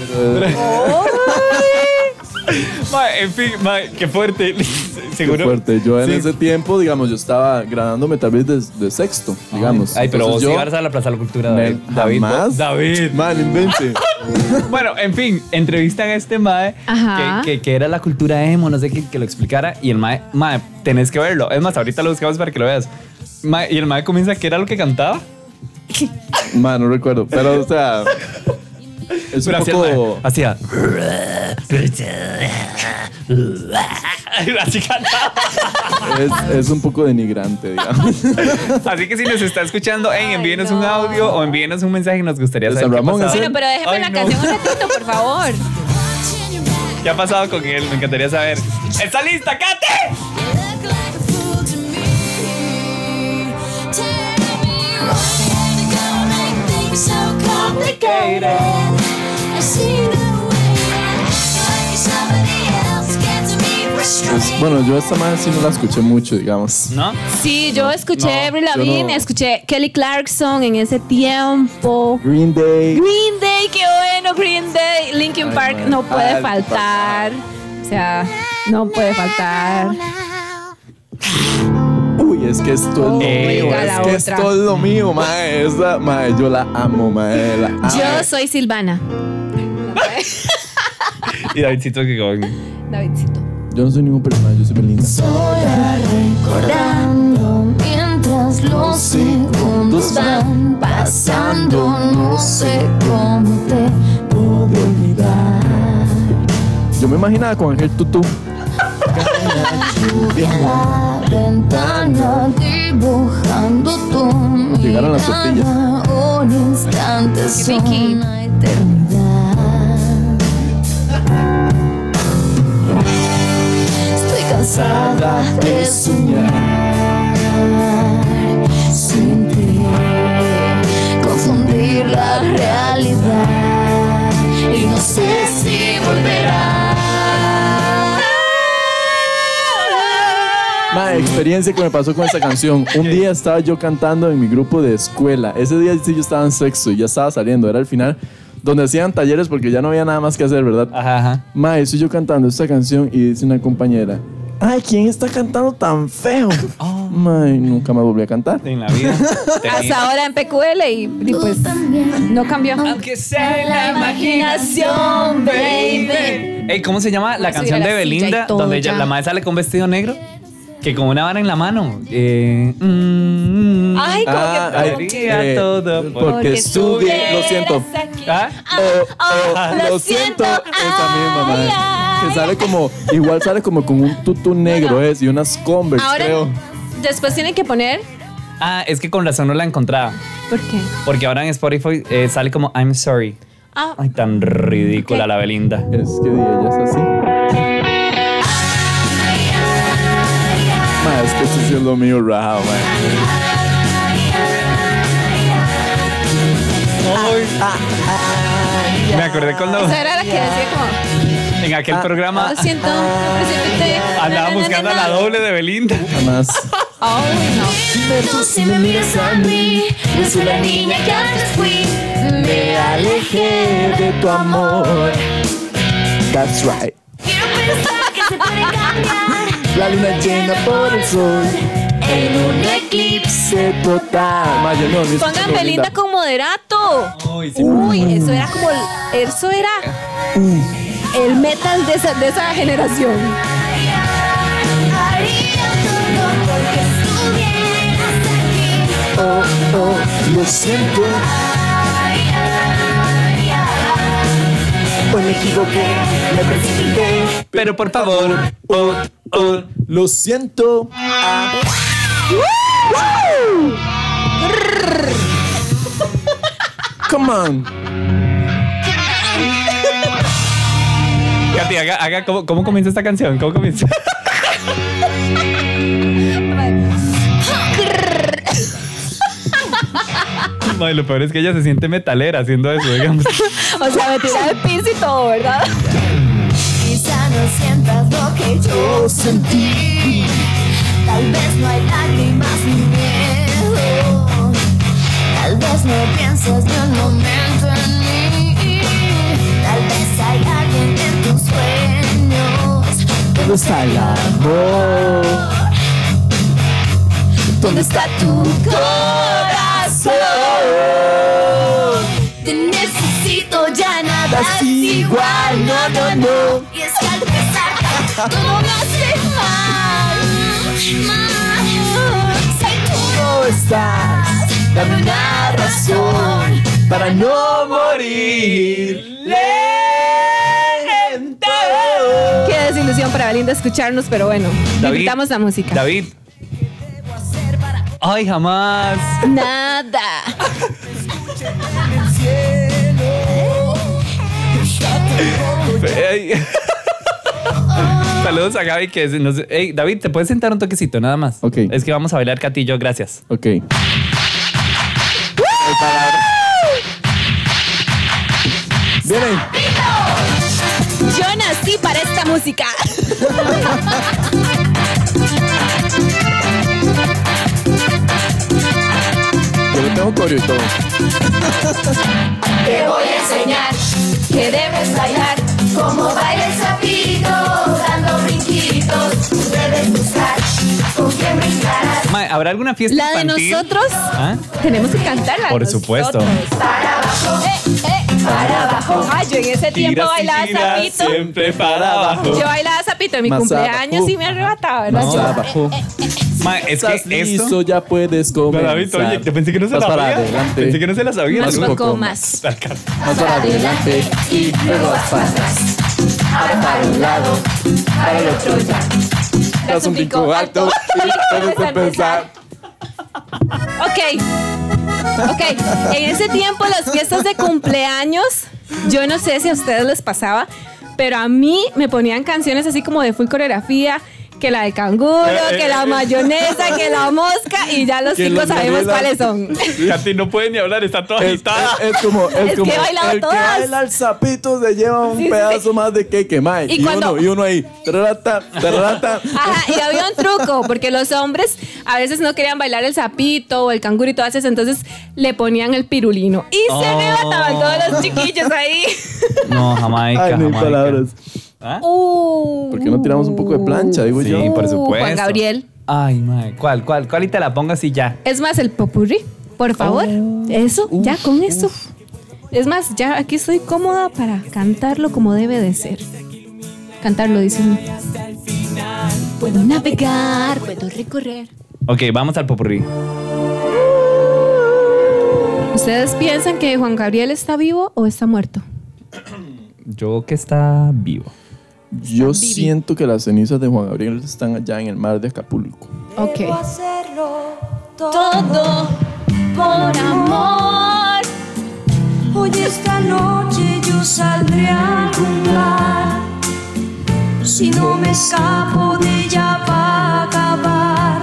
[SPEAKER 4] Mae, en fin, mae, qué fuerte. Seguro.
[SPEAKER 5] Qué fuerte. Yo en
[SPEAKER 4] Sí.
[SPEAKER 5] ese tiempo, digamos, yo estaba gradándome tal vez de, de sexto, digamos.
[SPEAKER 4] Ay, pero vos
[SPEAKER 5] Entonces
[SPEAKER 4] sí
[SPEAKER 5] yo,
[SPEAKER 4] vas a la Plaza de la Cultura, David.
[SPEAKER 5] ne-
[SPEAKER 4] David,
[SPEAKER 5] jamás.
[SPEAKER 4] vos- David.
[SPEAKER 5] Man, invente.
[SPEAKER 4] Bueno, en fin, entrevistan a este mae
[SPEAKER 6] Ajá.
[SPEAKER 4] que, que- que era la cultura emo, no sé qué, que lo explicara. Y el mae, mae, tenés que verlo. Es más, ahorita lo buscamos para que lo veas. Mae, y el mae comienza, ¿qué era lo que cantaba?
[SPEAKER 5] Man, no recuerdo. Pero, o sea. Es
[SPEAKER 4] Pero
[SPEAKER 5] un
[SPEAKER 4] hacía, el
[SPEAKER 5] poco.
[SPEAKER 4] mae, hacía. Así cantaba.
[SPEAKER 5] Es, es un poco denigrante, digamos.
[SPEAKER 4] Así que si nos está escuchando, hey,
[SPEAKER 6] Ay,
[SPEAKER 4] envíenos un
[SPEAKER 6] no.
[SPEAKER 4] audio o envíenos un mensaje. Nos gustaría
[SPEAKER 5] De
[SPEAKER 4] saber
[SPEAKER 5] San
[SPEAKER 4] qué,
[SPEAKER 5] Ramón, ¿eh?
[SPEAKER 4] ha pasado.
[SPEAKER 5] ¿es
[SPEAKER 6] Bueno, pero déjeme
[SPEAKER 4] Ay,
[SPEAKER 6] la
[SPEAKER 4] no.
[SPEAKER 6] canción un ratito, por favor.
[SPEAKER 4] qué ha pasado con él. Me encantaría saber. ¡Está lista, Kate!
[SPEAKER 5] Es- bueno, yo esta madre sí no la escuché mucho, digamos.
[SPEAKER 4] ¿No?
[SPEAKER 6] Sí, yo escuché
[SPEAKER 4] No,
[SPEAKER 6] Avril
[SPEAKER 5] yo
[SPEAKER 6] Lavigne,
[SPEAKER 5] no.
[SPEAKER 6] escuché Kelly Clarkson en ese tiempo.
[SPEAKER 5] Green Day.
[SPEAKER 6] Green Day, qué bueno, Green Day. Linkin
[SPEAKER 5] Ay,
[SPEAKER 6] Park
[SPEAKER 5] madre.
[SPEAKER 6] no puede
[SPEAKER 5] Ay,
[SPEAKER 6] faltar. O sea, no puede faltar.
[SPEAKER 5] Uy, es que esto es lo
[SPEAKER 4] Eh,
[SPEAKER 5] mío.
[SPEAKER 4] oiga,
[SPEAKER 5] Es
[SPEAKER 6] Oh, la
[SPEAKER 5] que
[SPEAKER 6] otra.
[SPEAKER 5] esto es lo mío, mae. Esa, mae, yo la amo, mae. La amo.
[SPEAKER 6] Yo soy Silvana.
[SPEAKER 4] Y Davidcito que con.
[SPEAKER 6] Davidcito.
[SPEAKER 5] Yo no soy ningún personaje, yo soy Belinda.
[SPEAKER 9] Mientras los segundos van pasando, no sé cómo te
[SPEAKER 5] Yo me imaginaba con Ángel Tutu.
[SPEAKER 10] la ventana dibujando tu
[SPEAKER 5] Llegaron las
[SPEAKER 10] mirada. Un instante es
[SPEAKER 6] Vicky.
[SPEAKER 10] una eternidad. Estoy cansada de soñar sin ti, confundir la realidad y no sé si volverá.
[SPEAKER 5] Mae, experiencia que me pasó con esta canción. Un día estaba yo cantando en mi grupo de escuela. Ese día sí yo estaba en sexto y ya estaba saliendo. Era el final donde hacían talleres porque ya no había nada más que hacer, ¿verdad?
[SPEAKER 4] Ajá, ajá.
[SPEAKER 5] Mae, estoy yo cantando esta canción y dice una compañera. Ay, ¿quién está cantando tan feo? Mae, nunca más volví a cantar.
[SPEAKER 4] En la vida.
[SPEAKER 6] Hasta ahora en PQL y, y pues no cambió.
[SPEAKER 4] Aunque sea la
[SPEAKER 6] imaginación,
[SPEAKER 4] baby. Ey, ¿cómo se llama la
[SPEAKER 6] Voy a subir
[SPEAKER 4] canción
[SPEAKER 6] a
[SPEAKER 4] de
[SPEAKER 6] la silla y
[SPEAKER 4] Belinda?
[SPEAKER 6] todo
[SPEAKER 4] donde ella-
[SPEAKER 6] ya.
[SPEAKER 4] la madre sale con vestido negro. Que con una vara en la mano. Eh, mm,
[SPEAKER 6] Ay, como
[SPEAKER 5] Ah,
[SPEAKER 6] que
[SPEAKER 5] ay,
[SPEAKER 6] como que-
[SPEAKER 4] Podría todo,
[SPEAKER 5] porque,
[SPEAKER 4] porque
[SPEAKER 5] estuve, lo siento.
[SPEAKER 6] estuvieras aquí.
[SPEAKER 4] ¿Ah?
[SPEAKER 5] Oh, oh,
[SPEAKER 6] Ah,
[SPEAKER 5] lo
[SPEAKER 6] lo
[SPEAKER 5] siento.
[SPEAKER 6] siento. Ah,
[SPEAKER 5] Esa misma,
[SPEAKER 6] Ay,
[SPEAKER 5] madre.
[SPEAKER 6] ay.
[SPEAKER 5] Que sale como, igual sale como con un tutú negro, es, y unas Converse,
[SPEAKER 6] Ahora
[SPEAKER 5] creo.
[SPEAKER 6] después tienen que poner
[SPEAKER 4] Ah, es que con razón no la encontraba.
[SPEAKER 6] ¿Por qué?
[SPEAKER 4] Porque ahora en Spotify eh, sale como I'm sorry.
[SPEAKER 6] Ah,
[SPEAKER 4] Ay, tan ridícula
[SPEAKER 6] Ok.
[SPEAKER 4] la Belinda.
[SPEAKER 5] Es que ella es así. Ma, es que estoy siendo mío rajado, ma.
[SPEAKER 4] Me acordé cuando
[SPEAKER 6] esa era la que decía como
[SPEAKER 4] en aquel
[SPEAKER 6] ah.
[SPEAKER 4] programa
[SPEAKER 6] lo siento, lo siento, te- na, na,
[SPEAKER 4] andaba
[SPEAKER 6] na,
[SPEAKER 4] buscando a
[SPEAKER 6] na,
[SPEAKER 4] ah, la
[SPEAKER 6] na.
[SPEAKER 4] doble de Belinda.
[SPEAKER 5] Jamás.
[SPEAKER 6] Oh, no.
[SPEAKER 10] Dime tú si me miras a mí, no soy la niña que antes fui. Me alejé de tu amor.
[SPEAKER 5] That's right.
[SPEAKER 10] Quiero pensar que se puede cambiar
[SPEAKER 5] La luna llena por el sol.
[SPEAKER 10] en un eclipse.
[SPEAKER 5] Se total. Ma, yo no, ni
[SPEAKER 6] Pongan
[SPEAKER 5] escucho
[SPEAKER 6] Belinda con moderato.
[SPEAKER 4] Ay, sí.
[SPEAKER 6] Uy, eso era como el- eso era el metal de esa, de esa generación.
[SPEAKER 10] Haría todo porque estuvieras aquí.
[SPEAKER 5] Oh, oh, lo siento.
[SPEAKER 10] Ay, ay, ay.
[SPEAKER 5] Hoy Pues me equivoqué, me precipité.
[SPEAKER 4] Pero por favor, oh, oh.
[SPEAKER 5] Lo siento. Come on.
[SPEAKER 4] Katy, haga, haga ¿cómo, cómo comienza esta canción? ¿Cómo comienza? Madre, lo peor es que ella se siente metalera haciendo eso, digamos.
[SPEAKER 6] O sea, me tiraba de piso y todo, ¿verdad?
[SPEAKER 10] Quizá no sientas lo que yo sentí. Tal vez no hay lágrimas ni miedo. Tal vez no piensas ni un momento en mí. Tal vez hay alguien en tus sueños.
[SPEAKER 5] ¿Dónde está el amor?
[SPEAKER 10] ¿Dónde está tu corazón? Te necesito ya nada es igual, no, no, no. Y es que al besarte todo me hace mal, mal. Si tú no estás, dame una razón.
[SPEAKER 5] Para no morir lento.
[SPEAKER 6] Qué desilusión para Belinda escucharnos, pero bueno,
[SPEAKER 4] David,
[SPEAKER 6] disfrutamos la música.
[SPEAKER 4] David. Ay, jamás.
[SPEAKER 6] Nada.
[SPEAKER 4] Ey. Saludos a Gaby que es- nos- Ey, David, ¿te puedes sentar un toquecito nada más?
[SPEAKER 5] Ok.
[SPEAKER 4] Es que vamos a bailar Catillo, gracias.
[SPEAKER 5] Ok. Vienen.
[SPEAKER 6] Yo nací para esta música.
[SPEAKER 5] Yo le tengo coreo y todo.
[SPEAKER 10] Te voy a enseñar que debes bailar como baila el sapito, dando brinquitos. Tú debes buscar con quién brincarás
[SPEAKER 4] Ma, ¿Habrá alguna fiesta
[SPEAKER 6] La de
[SPEAKER 4] infantil?
[SPEAKER 6] nosotros
[SPEAKER 4] ¿Ah?
[SPEAKER 6] tenemos que cantarla.
[SPEAKER 4] Por
[SPEAKER 6] nosotros.
[SPEAKER 4] supuesto.
[SPEAKER 10] para abajo.
[SPEAKER 6] Eh, eh, para abajo. Ay, yo en ese tiempo
[SPEAKER 4] Giras y
[SPEAKER 6] bailaba
[SPEAKER 4] giras,
[SPEAKER 6] zapito.
[SPEAKER 4] Siempre para abajo.
[SPEAKER 6] Yo bailaba zapito en mi
[SPEAKER 5] Más
[SPEAKER 6] cumpleaños
[SPEAKER 5] abajo.
[SPEAKER 6] y me arrebataba, ¿verdad?
[SPEAKER 5] Más
[SPEAKER 6] Yo- eh,
[SPEAKER 5] abajo.
[SPEAKER 4] Ma, es
[SPEAKER 5] Estás
[SPEAKER 4] que esto.
[SPEAKER 5] listo, ya puedes comer.
[SPEAKER 4] Pero, David, oye, yo pensé que no se
[SPEAKER 5] Más
[SPEAKER 4] la
[SPEAKER 5] para
[SPEAKER 4] sabía.
[SPEAKER 5] adelante.
[SPEAKER 4] Pensé que no se la sabía.
[SPEAKER 6] Más
[SPEAKER 5] Un
[SPEAKER 6] poco
[SPEAKER 5] poco
[SPEAKER 6] más.
[SPEAKER 5] Más para adelante y luego vas para atrás. Abre para un lado, para el otro ya. Das un pico alto y te gusta pensar.
[SPEAKER 6] Ok. Ok, en ese tiempo las fiestas de cumpleaños, yo no sé si a ustedes les pasaba, pero a mí me ponían canciones así como de full coreografía, que la del canguro,
[SPEAKER 4] Eh, eh,
[SPEAKER 6] que la
[SPEAKER 4] eh.
[SPEAKER 6] mayonesa, que la mosca, y ya los
[SPEAKER 4] Que
[SPEAKER 6] cinco
[SPEAKER 4] la
[SPEAKER 6] sabemos
[SPEAKER 4] Mariela.
[SPEAKER 6] cuáles son.
[SPEAKER 4] Katy no puede ni hablar, está toda agitada.
[SPEAKER 5] Es como, es,
[SPEAKER 6] Es que
[SPEAKER 5] como
[SPEAKER 6] he bailado
[SPEAKER 5] el que
[SPEAKER 6] todas.
[SPEAKER 5] baila el sapito se lleva un
[SPEAKER 6] Sí, sí,
[SPEAKER 5] pedazo más de cake, mae.
[SPEAKER 6] Y
[SPEAKER 5] Y,
[SPEAKER 6] cuando-
[SPEAKER 5] uno, y uno ahí, trata, trata.
[SPEAKER 6] Ajá, y había un truco, porque los hombres a veces no querían bailar el sapito o el canguro y todas esas, entonces le ponían el pirulino. Y se
[SPEAKER 4] Oh.
[SPEAKER 6] levantaban todos los chiquillos ahí.
[SPEAKER 4] No, Jamaica,
[SPEAKER 5] Ay, no hay
[SPEAKER 4] Jamaica.
[SPEAKER 5] palabras.
[SPEAKER 4] ¿Ah?
[SPEAKER 6] Uh,
[SPEAKER 5] ¿Por qué no tiramos un poco de plancha, digo
[SPEAKER 4] Sí,
[SPEAKER 5] yo?
[SPEAKER 4] por supuesto.
[SPEAKER 6] Juan Gabriel.
[SPEAKER 4] Ay, madre. ¿Cuál, cuál, cuál? Y te la pongo así ya.
[SPEAKER 6] Es más, el popurrí, por favor. eso, ya con eso. Es más, ya aquí estoy cómoda para cantarlo como debe de ser. Cantarlo, dice uno. Puedo navegar, puedo recorrer.
[SPEAKER 4] Ok, vamos al popurrí.
[SPEAKER 6] ¿Ustedes piensan que Juan Gabriel está vivo o está muerto?
[SPEAKER 4] Yo que está vivo.
[SPEAKER 5] Yo
[SPEAKER 6] San Bibi.
[SPEAKER 5] siento que las cenizas de Juan Gabriel están allá en el mar de Acapulco.
[SPEAKER 6] Ok.
[SPEAKER 10] hacerlo
[SPEAKER 6] Todo por amor.
[SPEAKER 10] Hoy esta noche yo saldré a algún bar. Si no me escapo de ella va a acabar.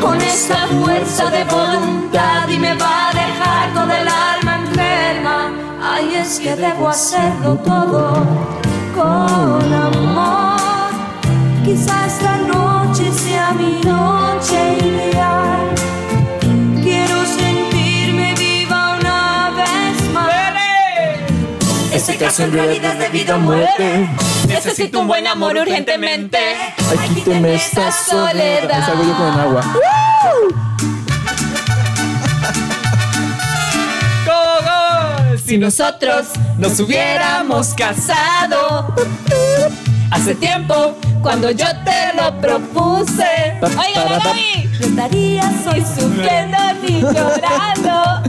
[SPEAKER 10] Con esta fuerza de voluntad y me va a dejar con el alma enferma. Ay, es que debo hacerlo todo con amor. Quizás esta noche sea mi noche ideal. Quiero sentirme viva una vez más. Este caso en realidad es de vida o muerte.
[SPEAKER 6] Necesito un buen amor urgentemente.
[SPEAKER 5] Ay, quíteme esta soledad. Esa hago yo con el agua.
[SPEAKER 4] ¡Go, go!
[SPEAKER 6] Si nosotros nos hubiéramos casado hace tiempo, cuando yo te lo propuse. Oiga, la Gaby,
[SPEAKER 10] No estaría
[SPEAKER 6] estoy sufriendo ni llorando.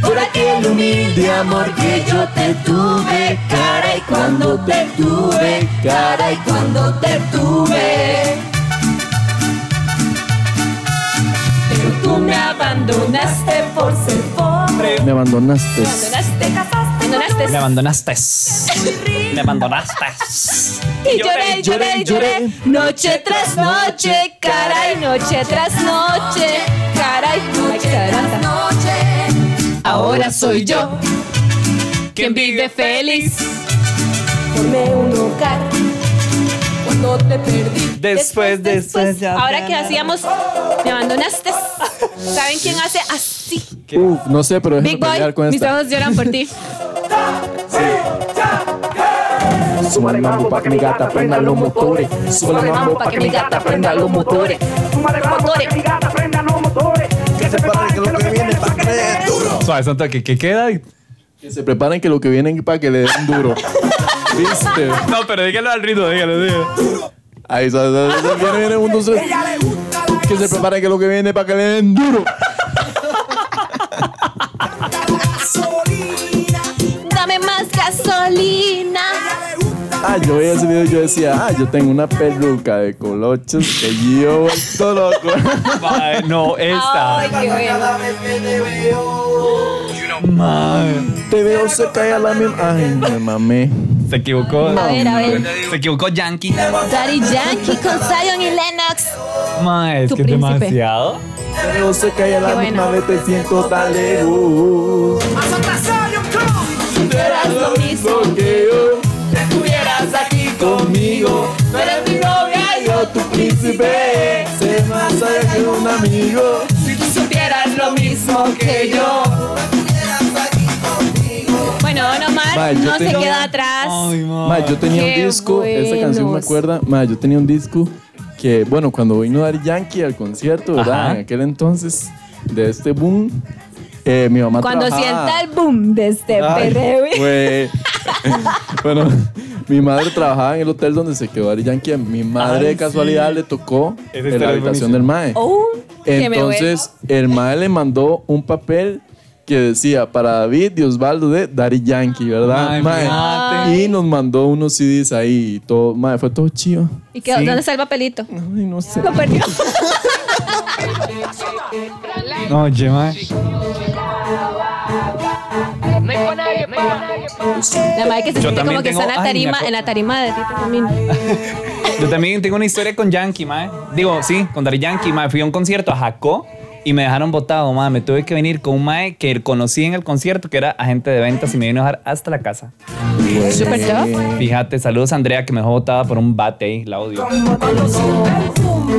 [SPEAKER 10] por aquel humilde amor que yo te tuve, cara y cuando te tuve, cara y cuando te tuve. Pero tú me abandonaste por ser pobre.
[SPEAKER 5] Me abandonaste.
[SPEAKER 10] Te casaste con
[SPEAKER 6] Abandonaste.
[SPEAKER 4] Me abandonaste. Me abandonaste.
[SPEAKER 6] Y lloré, y lloré, y lloré. Noche tras noche, caray, noche tras noche, caray, noche tras noche. Ahora soy yo quien vive feliz.
[SPEAKER 10] Formé un hogar cuando te perdí.
[SPEAKER 4] Después, después. ya
[SPEAKER 6] Ahora
[SPEAKER 4] te
[SPEAKER 6] que
[SPEAKER 4] amé.
[SPEAKER 6] hacíamos, me abandonaste. ¿Saben quién hace así?
[SPEAKER 5] Uf, no sé, pero déjame
[SPEAKER 6] Big Boy,
[SPEAKER 5] pelear con
[SPEAKER 6] mis
[SPEAKER 5] esta.
[SPEAKER 6] ojos lloran por ti.
[SPEAKER 5] Súbale mambo pa' que mi gata prenda los motores. Súbale mambo pa' que mi gata prenda los motores. Que se preparen que lo que viene pa' que le den duro.
[SPEAKER 4] Suave, son toque. ¿Qué queda?
[SPEAKER 5] Que se preparen que lo que viene pa' que le den duro. ¿Viste?
[SPEAKER 4] No, pero dígalo al ritmo, dígalo, dígalo.
[SPEAKER 5] Ahí sa- sa- sa- viene, viene un, dos, tres. Que se preparen que lo que viene pa' que le den duro.
[SPEAKER 6] Dame más gasolina.
[SPEAKER 5] Ah, yo veía ese video y yo decía, ah, yo tengo una peluca de colochos que yo vuelto loco.
[SPEAKER 4] Mae, no,
[SPEAKER 6] Ay,
[SPEAKER 4] esta.
[SPEAKER 6] qué bueno.
[SPEAKER 4] Mae,
[SPEAKER 5] Te veo se cae a la misma. Ay, me mamé.
[SPEAKER 4] Se equivocó.
[SPEAKER 6] A ver, a ver.
[SPEAKER 4] Se equivocó Yankee.
[SPEAKER 6] Daddy Yankee con Zion y Lennox.
[SPEAKER 4] Mae, es
[SPEAKER 6] Tu
[SPEAKER 4] que es
[SPEAKER 6] príncipe.
[SPEAKER 4] demasiado.
[SPEAKER 5] Te veo se cae a la
[SPEAKER 6] Qué
[SPEAKER 5] misma
[SPEAKER 6] bueno.
[SPEAKER 5] vez, te siento tan lejos.
[SPEAKER 6] Eras lo mismo.
[SPEAKER 5] que yo estuvieras aquí conmigo. No eres mi novia, yo tu príncipe. Sé más allá que un amigo. Si tú supieras lo mismo que yo.
[SPEAKER 6] Bueno, Don Omar
[SPEAKER 5] Vale, yo
[SPEAKER 6] no se
[SPEAKER 5] tengo-
[SPEAKER 6] queda atrás.
[SPEAKER 4] mae.
[SPEAKER 5] Ma, yo tenía
[SPEAKER 6] Qué
[SPEAKER 5] un disco, esa canción me
[SPEAKER 6] buenos.
[SPEAKER 5] acuerda, ma, yo tenía un disco que, bueno, cuando vino Daddy Yankee al concierto, ¿verdad?
[SPEAKER 4] Ajá.
[SPEAKER 5] En aquel entonces, de este boom, eh, mi mamá
[SPEAKER 6] Cuando
[SPEAKER 5] trabajaba-
[SPEAKER 6] sienta el boom de este
[SPEAKER 5] Ay,
[SPEAKER 6] perreo.
[SPEAKER 5] güey. bueno, mi madre trabajaba en el hotel donde se quedó Daddy Yankee, a mi madre
[SPEAKER 4] Ay,
[SPEAKER 5] de casualidad
[SPEAKER 4] sí.
[SPEAKER 5] le tocó
[SPEAKER 4] Esa
[SPEAKER 5] en
[SPEAKER 4] historia
[SPEAKER 5] la
[SPEAKER 4] es
[SPEAKER 5] habitación
[SPEAKER 4] buenísima.
[SPEAKER 5] del mae.
[SPEAKER 6] Oh, que me
[SPEAKER 5] Entonces, el mae le mandó un papel que decía para David y Osvaldo de Daddy Yankee, ¿verdad?
[SPEAKER 11] Ay,
[SPEAKER 5] Mae,
[SPEAKER 11] mate.
[SPEAKER 5] Y nos mandó unos CDs ahí y todo. Mae, fue todo chido.
[SPEAKER 6] ¿Y qué,
[SPEAKER 5] Sí.
[SPEAKER 6] dónde está el papelito?
[SPEAKER 5] Ay, no sé.
[SPEAKER 6] Lo perdió.
[SPEAKER 11] No, oye, mae.
[SPEAKER 6] La madre que se
[SPEAKER 4] Yo
[SPEAKER 6] siente
[SPEAKER 4] también
[SPEAKER 6] como que
[SPEAKER 4] tengo-
[SPEAKER 6] está en la
[SPEAKER 4] ay,
[SPEAKER 6] tarima,
[SPEAKER 4] me acu-
[SPEAKER 6] en la tarima de Tito Camino.
[SPEAKER 4] Yo también tengo una historia con Yankee, mae. Digo, sí, con Dari Yankee, mae. Fui a un concierto a Jacó y me dejaron botado, mae. Me tuve que venir con un mae que conocí en el concierto, que era agente de ventas y me vino a dejar hasta la casa.
[SPEAKER 6] Super top.
[SPEAKER 4] Fíjate, saludos a Andrea que me dejó botada por un bate ahí, la odio.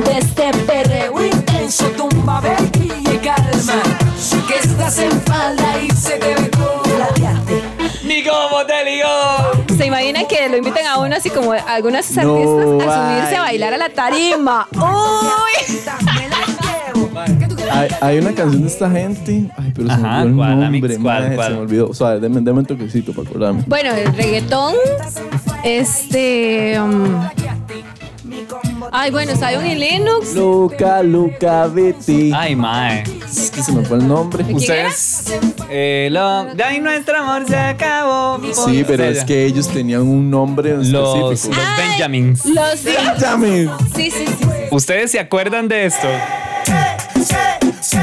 [SPEAKER 7] De este perreo intenso tumba vertigo y calma Que estás en falda y se te ve como ladeante
[SPEAKER 4] ¡Ni cómo te ligó!
[SPEAKER 6] Se imagina que lo invitan a uno así como a algunas artistas
[SPEAKER 5] No,
[SPEAKER 6] a subirse
[SPEAKER 5] ay.
[SPEAKER 6] a bailar a la tarima. ¡Uy!
[SPEAKER 5] Hay, hay una canción de esta gente. Ay, pero se me
[SPEAKER 4] Ajá,
[SPEAKER 5] olvidó el
[SPEAKER 4] ¿cuál,
[SPEAKER 5] nombre,
[SPEAKER 4] amigos? ¿Cuál,
[SPEAKER 5] mae,
[SPEAKER 4] cuál?
[SPEAKER 5] Se me olvidó. O sea, deme, deme un toquecito para acordarme.
[SPEAKER 6] Bueno, el reggaetón, este... um, ay, bueno, está un y Linux.
[SPEAKER 5] Luca, Luca, Betty.
[SPEAKER 4] Ay, mae.
[SPEAKER 5] Es que se me fue el nombre.
[SPEAKER 6] ¿De quién era?
[SPEAKER 4] Ustedes. Eh, lo, ay, nuestro amor se acabó.
[SPEAKER 5] Sí, pero es que ellos tenían un nombre en
[SPEAKER 4] Los, Ah.
[SPEAKER 5] específico.
[SPEAKER 4] los Benjamins.
[SPEAKER 6] Los... Sí,
[SPEAKER 5] Benjamin.
[SPEAKER 6] sí, sí. sí.
[SPEAKER 4] ¿Ustedes se acuerdan de esto?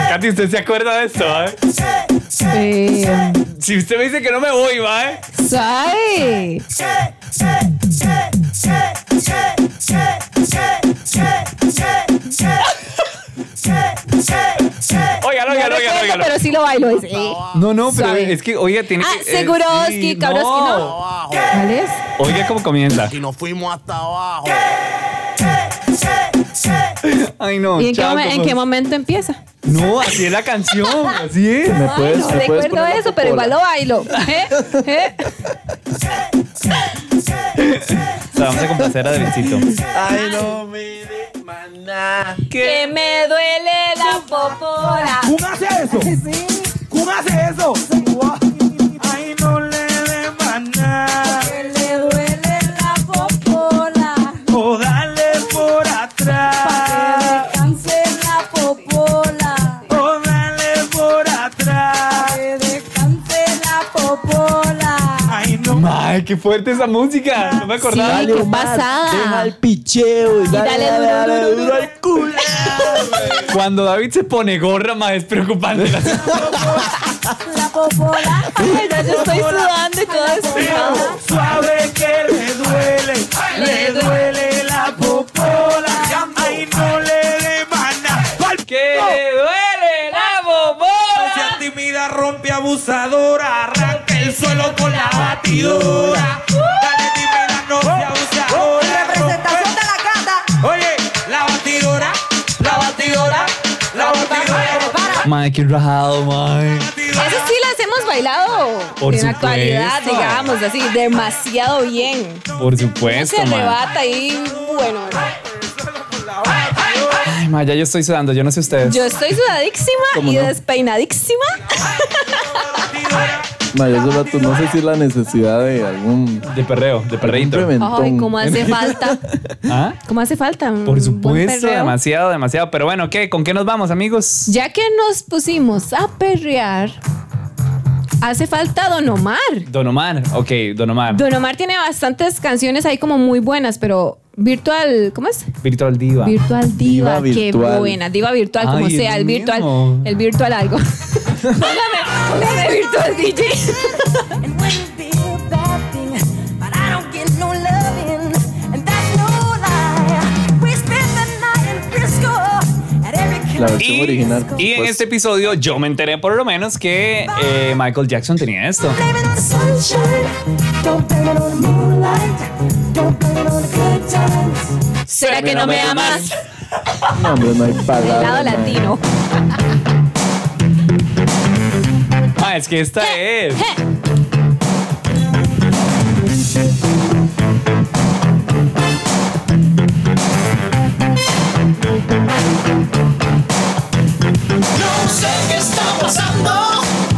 [SPEAKER 4] Katy, ¿usted se acuerda de esto? eh?
[SPEAKER 6] Eh,
[SPEAKER 4] Si usted me dice que no me voy, va, ¿eh?
[SPEAKER 6] suave.
[SPEAKER 4] Óigalo, óigalo,
[SPEAKER 6] No recuerdo,
[SPEAKER 4] óigalo, óigalo.
[SPEAKER 6] Pero sí lo bailo. dice.
[SPEAKER 4] No, no, pero
[SPEAKER 6] Suave.
[SPEAKER 4] es que, oiga, tiene
[SPEAKER 6] Ah,
[SPEAKER 4] que. eh,
[SPEAKER 6] seguro,
[SPEAKER 4] sí,
[SPEAKER 6] Oski, cabrón, Oski, no. ¿Cuál es?
[SPEAKER 4] Oiga cómo comienza.
[SPEAKER 12] Y nos fuimos hasta abajo.
[SPEAKER 4] Ay, no.
[SPEAKER 6] ¿Y en, qué,
[SPEAKER 4] chao,
[SPEAKER 6] momen- en
[SPEAKER 4] como-
[SPEAKER 6] qué momento empieza?
[SPEAKER 4] No, así es la canción, así es.
[SPEAKER 5] ¿Me puedes,
[SPEAKER 6] no
[SPEAKER 5] me puedes
[SPEAKER 6] recuerdo
[SPEAKER 5] poner la
[SPEAKER 6] eso, pero
[SPEAKER 5] popola?
[SPEAKER 6] igual lo bailo. ¿Eh? ¿Eh?
[SPEAKER 4] O sea, vamos a complacer a Davidcito.
[SPEAKER 5] Ay, no me de maná.
[SPEAKER 6] Que me duele la popola.
[SPEAKER 5] Uh.
[SPEAKER 8] ¿Cómo hace eso? ¿Cómo hace eso? Ay, no le dé maná.
[SPEAKER 7] Que le duele la popola
[SPEAKER 8] O Oh, dale por atrás.
[SPEAKER 7] Descanse la popola
[SPEAKER 8] O Oh, dale por atrás.
[SPEAKER 7] Que descanse la popola
[SPEAKER 8] Ay, no.
[SPEAKER 4] Ay, qué fuerte esa música. No me acordaba.
[SPEAKER 6] Sí, qué pasada.
[SPEAKER 5] Deja el picheo y dale,
[SPEAKER 6] dale
[SPEAKER 5] dale,
[SPEAKER 6] duro,
[SPEAKER 5] dale,
[SPEAKER 6] duro,
[SPEAKER 5] duro al culo.
[SPEAKER 4] Cuando David se pone gorra, más es preocupante.
[SPEAKER 7] La popola
[SPEAKER 6] Ay, ya yo estoy sudando y todo eso.
[SPEAKER 8] Pero suave que le duele. Le duele la popola. Ay, no le dé maná. Pa'l
[SPEAKER 4] ¡Que le duele la bobola!
[SPEAKER 8] Sea tímida, rompe abusadora, arranca el suelo con la batidora. Dale tímida, no sea abusadora.
[SPEAKER 7] Oh, Representación
[SPEAKER 8] rompe-
[SPEAKER 7] de la gata
[SPEAKER 8] Oye, la batidora, la batidora, la batidora.
[SPEAKER 4] Mae, qué rajado, mae.
[SPEAKER 6] Eso sí las hemos bailado
[SPEAKER 4] Por
[SPEAKER 6] en la
[SPEAKER 4] supuesto.
[SPEAKER 6] actualidad, digamos así, demasiado bien.
[SPEAKER 4] Por
[SPEAKER 6] Se
[SPEAKER 4] supuesto, mae.
[SPEAKER 6] arrebata ahí, bueno.
[SPEAKER 4] Ay, mae, ya yo estoy sudando, yo no sé ustedes.
[SPEAKER 6] Yo estoy sudadísima
[SPEAKER 5] ¿Cómo
[SPEAKER 6] y
[SPEAKER 5] no?
[SPEAKER 6] despeinadísima.
[SPEAKER 5] Ma, yo hace rato no sé si es la necesidad de algún.
[SPEAKER 4] De perreo, de
[SPEAKER 5] algún
[SPEAKER 4] perreíto.
[SPEAKER 5] prementón.
[SPEAKER 6] Ay, cómo hace falta.
[SPEAKER 4] ¿Ah?
[SPEAKER 6] ¿Cómo hace falta? un
[SPEAKER 4] Por
[SPEAKER 6] Mm, buen
[SPEAKER 4] supuesto,
[SPEAKER 6] perreo?
[SPEAKER 4] demasiado, demasiado. Pero bueno, ¿qué? ¿Con qué nos vamos, amigos?
[SPEAKER 6] Ya que nos pusimos a perrear, hace falta Don Omar.
[SPEAKER 4] Don Omar. Ok, Don Omar.
[SPEAKER 6] Don Omar tiene bastantes canciones ahí como muy buenas, pero Virtual, ¿cómo es?
[SPEAKER 4] Virtual Diva.
[SPEAKER 6] Virtual Diva,
[SPEAKER 5] Diva
[SPEAKER 6] qué
[SPEAKER 5] virtual.
[SPEAKER 6] buena. Diva virtual, como
[SPEAKER 4] Ay,
[SPEAKER 6] sea,
[SPEAKER 4] es
[SPEAKER 6] el
[SPEAKER 4] lo
[SPEAKER 6] virtual,
[SPEAKER 4] mismo.
[SPEAKER 6] el virtual algo. Póngame, póngame virtual DJ.
[SPEAKER 7] And when you be a bad thing, but I don't get no loving, and that's no lie. We spend the night in Frisco at every
[SPEAKER 5] La
[SPEAKER 7] club.
[SPEAKER 5] versión
[SPEAKER 4] Y,
[SPEAKER 5] original. por
[SPEAKER 4] y en
[SPEAKER 5] supuesto.
[SPEAKER 4] este episodio yo me enteré por lo menos que eh, Michael Jackson tenía esto.
[SPEAKER 7] Blame it on the sunshine, don't blame it on the moonlight, don't blame it on the good times.
[SPEAKER 6] ¿Será que no me amas?
[SPEAKER 5] No, hombre, no hay palabra.
[SPEAKER 6] Del lado
[SPEAKER 5] ma.
[SPEAKER 6] latino.
[SPEAKER 4] Ah, es que esta es.
[SPEAKER 12] No sé qué está pasando,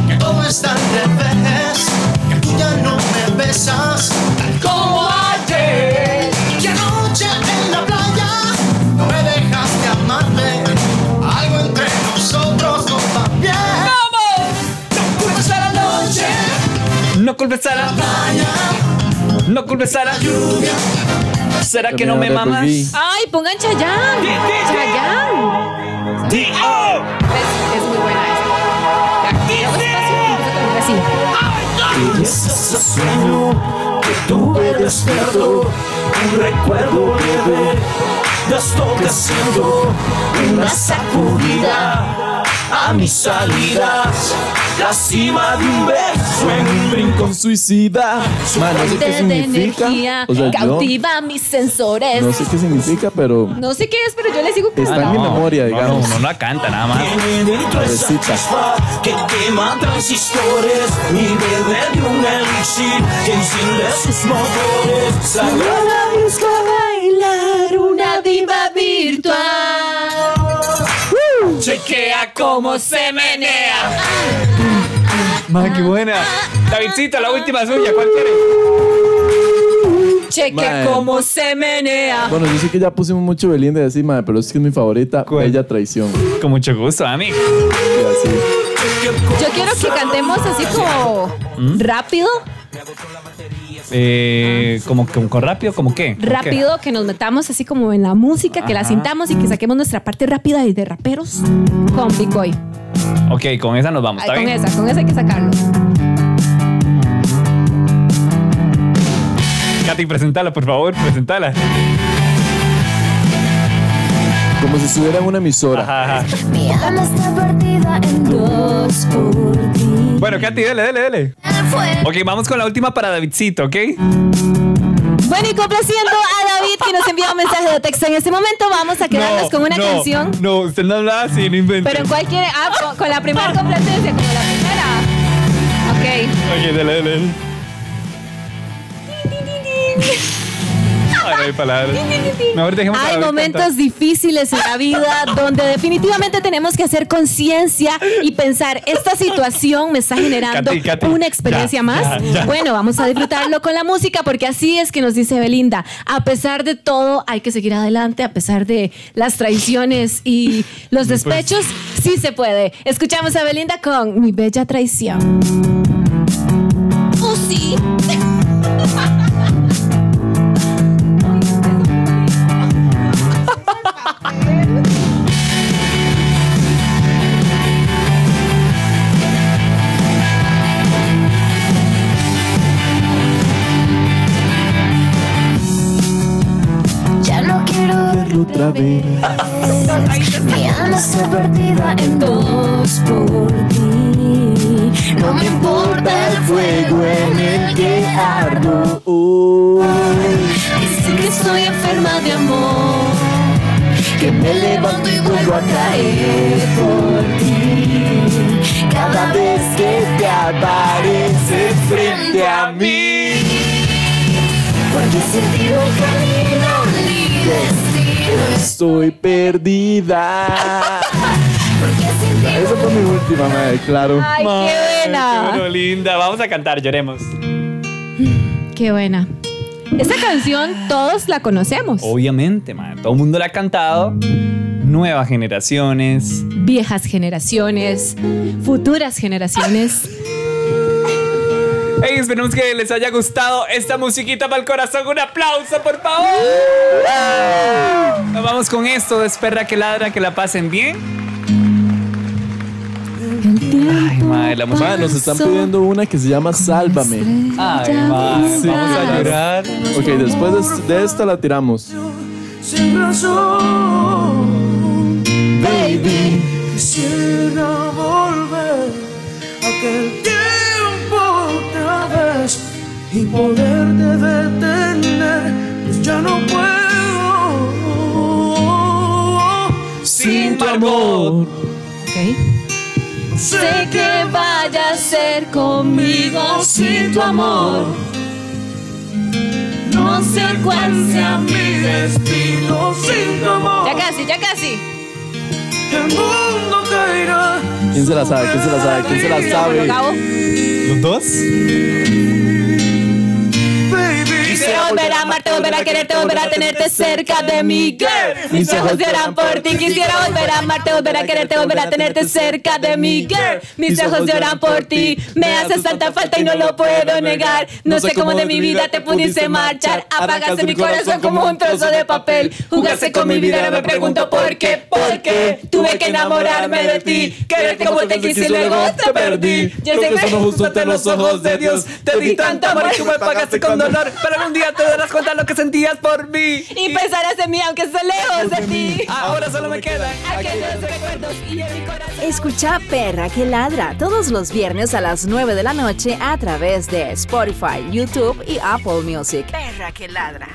[SPEAKER 12] que todo está al revés, que tú ya no me besas tal como ayer. Que anoche en la playa no me dejaste amarme, algo entre nosotros no va bien. ¡Vamos!
[SPEAKER 4] No culpes a la No culpes a la lluvia. ¿Será que no me mamas?
[SPEAKER 6] Ay, pongan Chayanne. Chayanne. Es, es muy buena esa. Ya, ya, ya, Así.
[SPEAKER 12] Y es ese sueño que tuve despierto, un recuerdo leve, destoqueciendo una sacudida a mis salidas, la cima de un beso en un
[SPEAKER 5] Rincón suicida. Man, no sé qué
[SPEAKER 6] Fuente de
[SPEAKER 5] significa.
[SPEAKER 6] energía,
[SPEAKER 5] O sea, yo
[SPEAKER 6] cautiva mis sensores.
[SPEAKER 5] no sé qué significa, pero
[SPEAKER 6] No sé qué es, pero yo le sigo
[SPEAKER 5] está en mi memoria, digamos.
[SPEAKER 4] No, no la canta nada más.
[SPEAKER 12] dentro esa chispa que quema transistores y bebe de un elixir que enciende sus motores. Sagrada
[SPEAKER 6] busca bailar una diva virtual.
[SPEAKER 4] Chequea cómo se menea.
[SPEAKER 11] Madre, qué buena.
[SPEAKER 4] Davidcito, la última suya, ¿cuál quiere?
[SPEAKER 6] Chequea
[SPEAKER 5] Mae.
[SPEAKER 6] cómo se menea.
[SPEAKER 5] Bueno, yo sé que ya pusimos mucho Belinda de encima, pero es que es mi favorita, Bella Traición.
[SPEAKER 4] Con mucho gusto, Ami.
[SPEAKER 6] Yo quiero que cantemos así como
[SPEAKER 4] ¿Mm?
[SPEAKER 6] rápido,
[SPEAKER 4] Eh, como, como con rápido, como qué? ¿Cómo
[SPEAKER 6] rápido, que nos metamos así como en la música, que la
[SPEAKER 4] Ajá.
[SPEAKER 6] sintamos y que saquemos nuestra parte rápida y de raperos con Bicoy.
[SPEAKER 4] qué? Ok, con esa nos vamos,
[SPEAKER 6] Ay,
[SPEAKER 4] ¿está
[SPEAKER 6] con
[SPEAKER 4] bien?
[SPEAKER 6] esa, con esa hay que sacarlo.
[SPEAKER 4] Katy, presentala, por favor, presentala.
[SPEAKER 5] Como si estuviera en una emisora.
[SPEAKER 10] Mi alma está partida en dos por ti.
[SPEAKER 4] Bueno, Katy, dale, dale, dale. Ok, vamos con la última para Davidcito, ¿ok?
[SPEAKER 6] Bueno, y complaciendo a David que nos envía un mensaje de texto. En este momento vamos a quedarnos
[SPEAKER 4] No,
[SPEAKER 6] con una
[SPEAKER 4] no,
[SPEAKER 6] canción.
[SPEAKER 4] No, usted no hablaba así, no invente.
[SPEAKER 6] Pero en cuál quiere. Ah, con, con la primera complacencia, como la primera. Ok.
[SPEAKER 4] Ok, dale, dale. dale. Ay, no hay palabras. Mejor dejemos a
[SPEAKER 6] Hay
[SPEAKER 4] David
[SPEAKER 6] momentos
[SPEAKER 4] cantar.
[SPEAKER 6] difíciles en la vida donde definitivamente tenemos que hacer conciencia y pensar, esta situación me está generando
[SPEAKER 4] Katy, Katy,
[SPEAKER 6] una experiencia
[SPEAKER 4] ya,
[SPEAKER 6] más.
[SPEAKER 4] ya, ya.
[SPEAKER 6] Bueno, vamos a disfrutarlo con la música porque así es que nos dice Belinda. A pesar de todo, hay que seguir adelante, a pesar de las traiciones y los despechos, sí se puede. Escuchamos a Belinda con Mi Bella Traición. Oh,
[SPEAKER 7] sí.
[SPEAKER 10] Ya no quiero verlo otra vez. Mi alma está partida en dos por ti. No me importa el fuego en el que ardo.
[SPEAKER 5] Uh.
[SPEAKER 10] Dicen que estoy enferma de amor. Que me levanto y vuelvo a caer por ti. Cada vez que te apareces frente a mí. Porque he sentido camino ni destino.
[SPEAKER 5] Estoy perdida. Esa fue mi última, madre, claro.
[SPEAKER 6] Ay, qué
[SPEAKER 4] Qué
[SPEAKER 6] buena.
[SPEAKER 4] bueno, linda. Vamos a cantar, lloremos.
[SPEAKER 6] Qué buena. Esta canción todos la conocemos.
[SPEAKER 4] Obviamente, man. Todo el mundo la ha cantado. Nuevas generaciones.
[SPEAKER 6] viejas generaciones, futuras generaciones.
[SPEAKER 4] Hey, esperemos que les haya gustado esta musiquita para el corazón. Un aplauso, por favor. Nos vamos con esto. Desperra que ladra, que la pasen bien. Ay, madre, la música
[SPEAKER 5] Madre, nos están pidiendo una que se llama Sálvame.
[SPEAKER 4] Ay, madre, vamos a llorar.
[SPEAKER 5] Ok, después de es- de, esta la tiramos.
[SPEAKER 12] sin razón,
[SPEAKER 5] Baby.
[SPEAKER 12] quisiera volver a aquel tiempo otra vez y poderte detener, pues ya no puedo.
[SPEAKER 4] Sin tu amor.
[SPEAKER 7] Sé que vaya a ser conmigo sin tu amor. No sé cuál sea mi destino sin tu amor.
[SPEAKER 6] Ya casi, ya casi.
[SPEAKER 12] El mundo caerá.
[SPEAKER 5] ¿Quién se la sabe? ¿Quién se la sabe? ¿Quién se la sabe?
[SPEAKER 6] Gabo.
[SPEAKER 4] ¿Los dos?
[SPEAKER 12] Baby,
[SPEAKER 4] Quisiera
[SPEAKER 6] volver a amarte, volver a quererte, volver a tenerte cerca de mí, girl. Mis ojos lloran por ti, quisiera volver a amarte, volver a quererte, volver a tenerte cerca de mí, girl. Mis ojos lloran por ti, me haces tanta falta y no lo puedo negar. No sé cómo de mi vida te pudiste marchar, apagaste mi corazón como un trozo de papel. Jugaste con mi vida, no me pregunto por qué, por qué. Tuve que enamorarme de ti, quererte como te quise y luego te perdí. Yo sé que
[SPEAKER 8] somos justo ante los ojos de Dios. Te di tanto amor y tú me pagaste con dolor.
[SPEAKER 4] Pero algún día te darás cuenta lo que sentías por mí.
[SPEAKER 6] y pensarás en mí aunque esté lejos de ti.
[SPEAKER 4] Ahora solo me quedan
[SPEAKER 6] aquellos recuerdos y en mi corazón.
[SPEAKER 2] Escucha Perra que Ladra todos los viernes a las 9 de la noche a través de Spotify, YouTube y Apple Music.
[SPEAKER 7] Perra que ladra.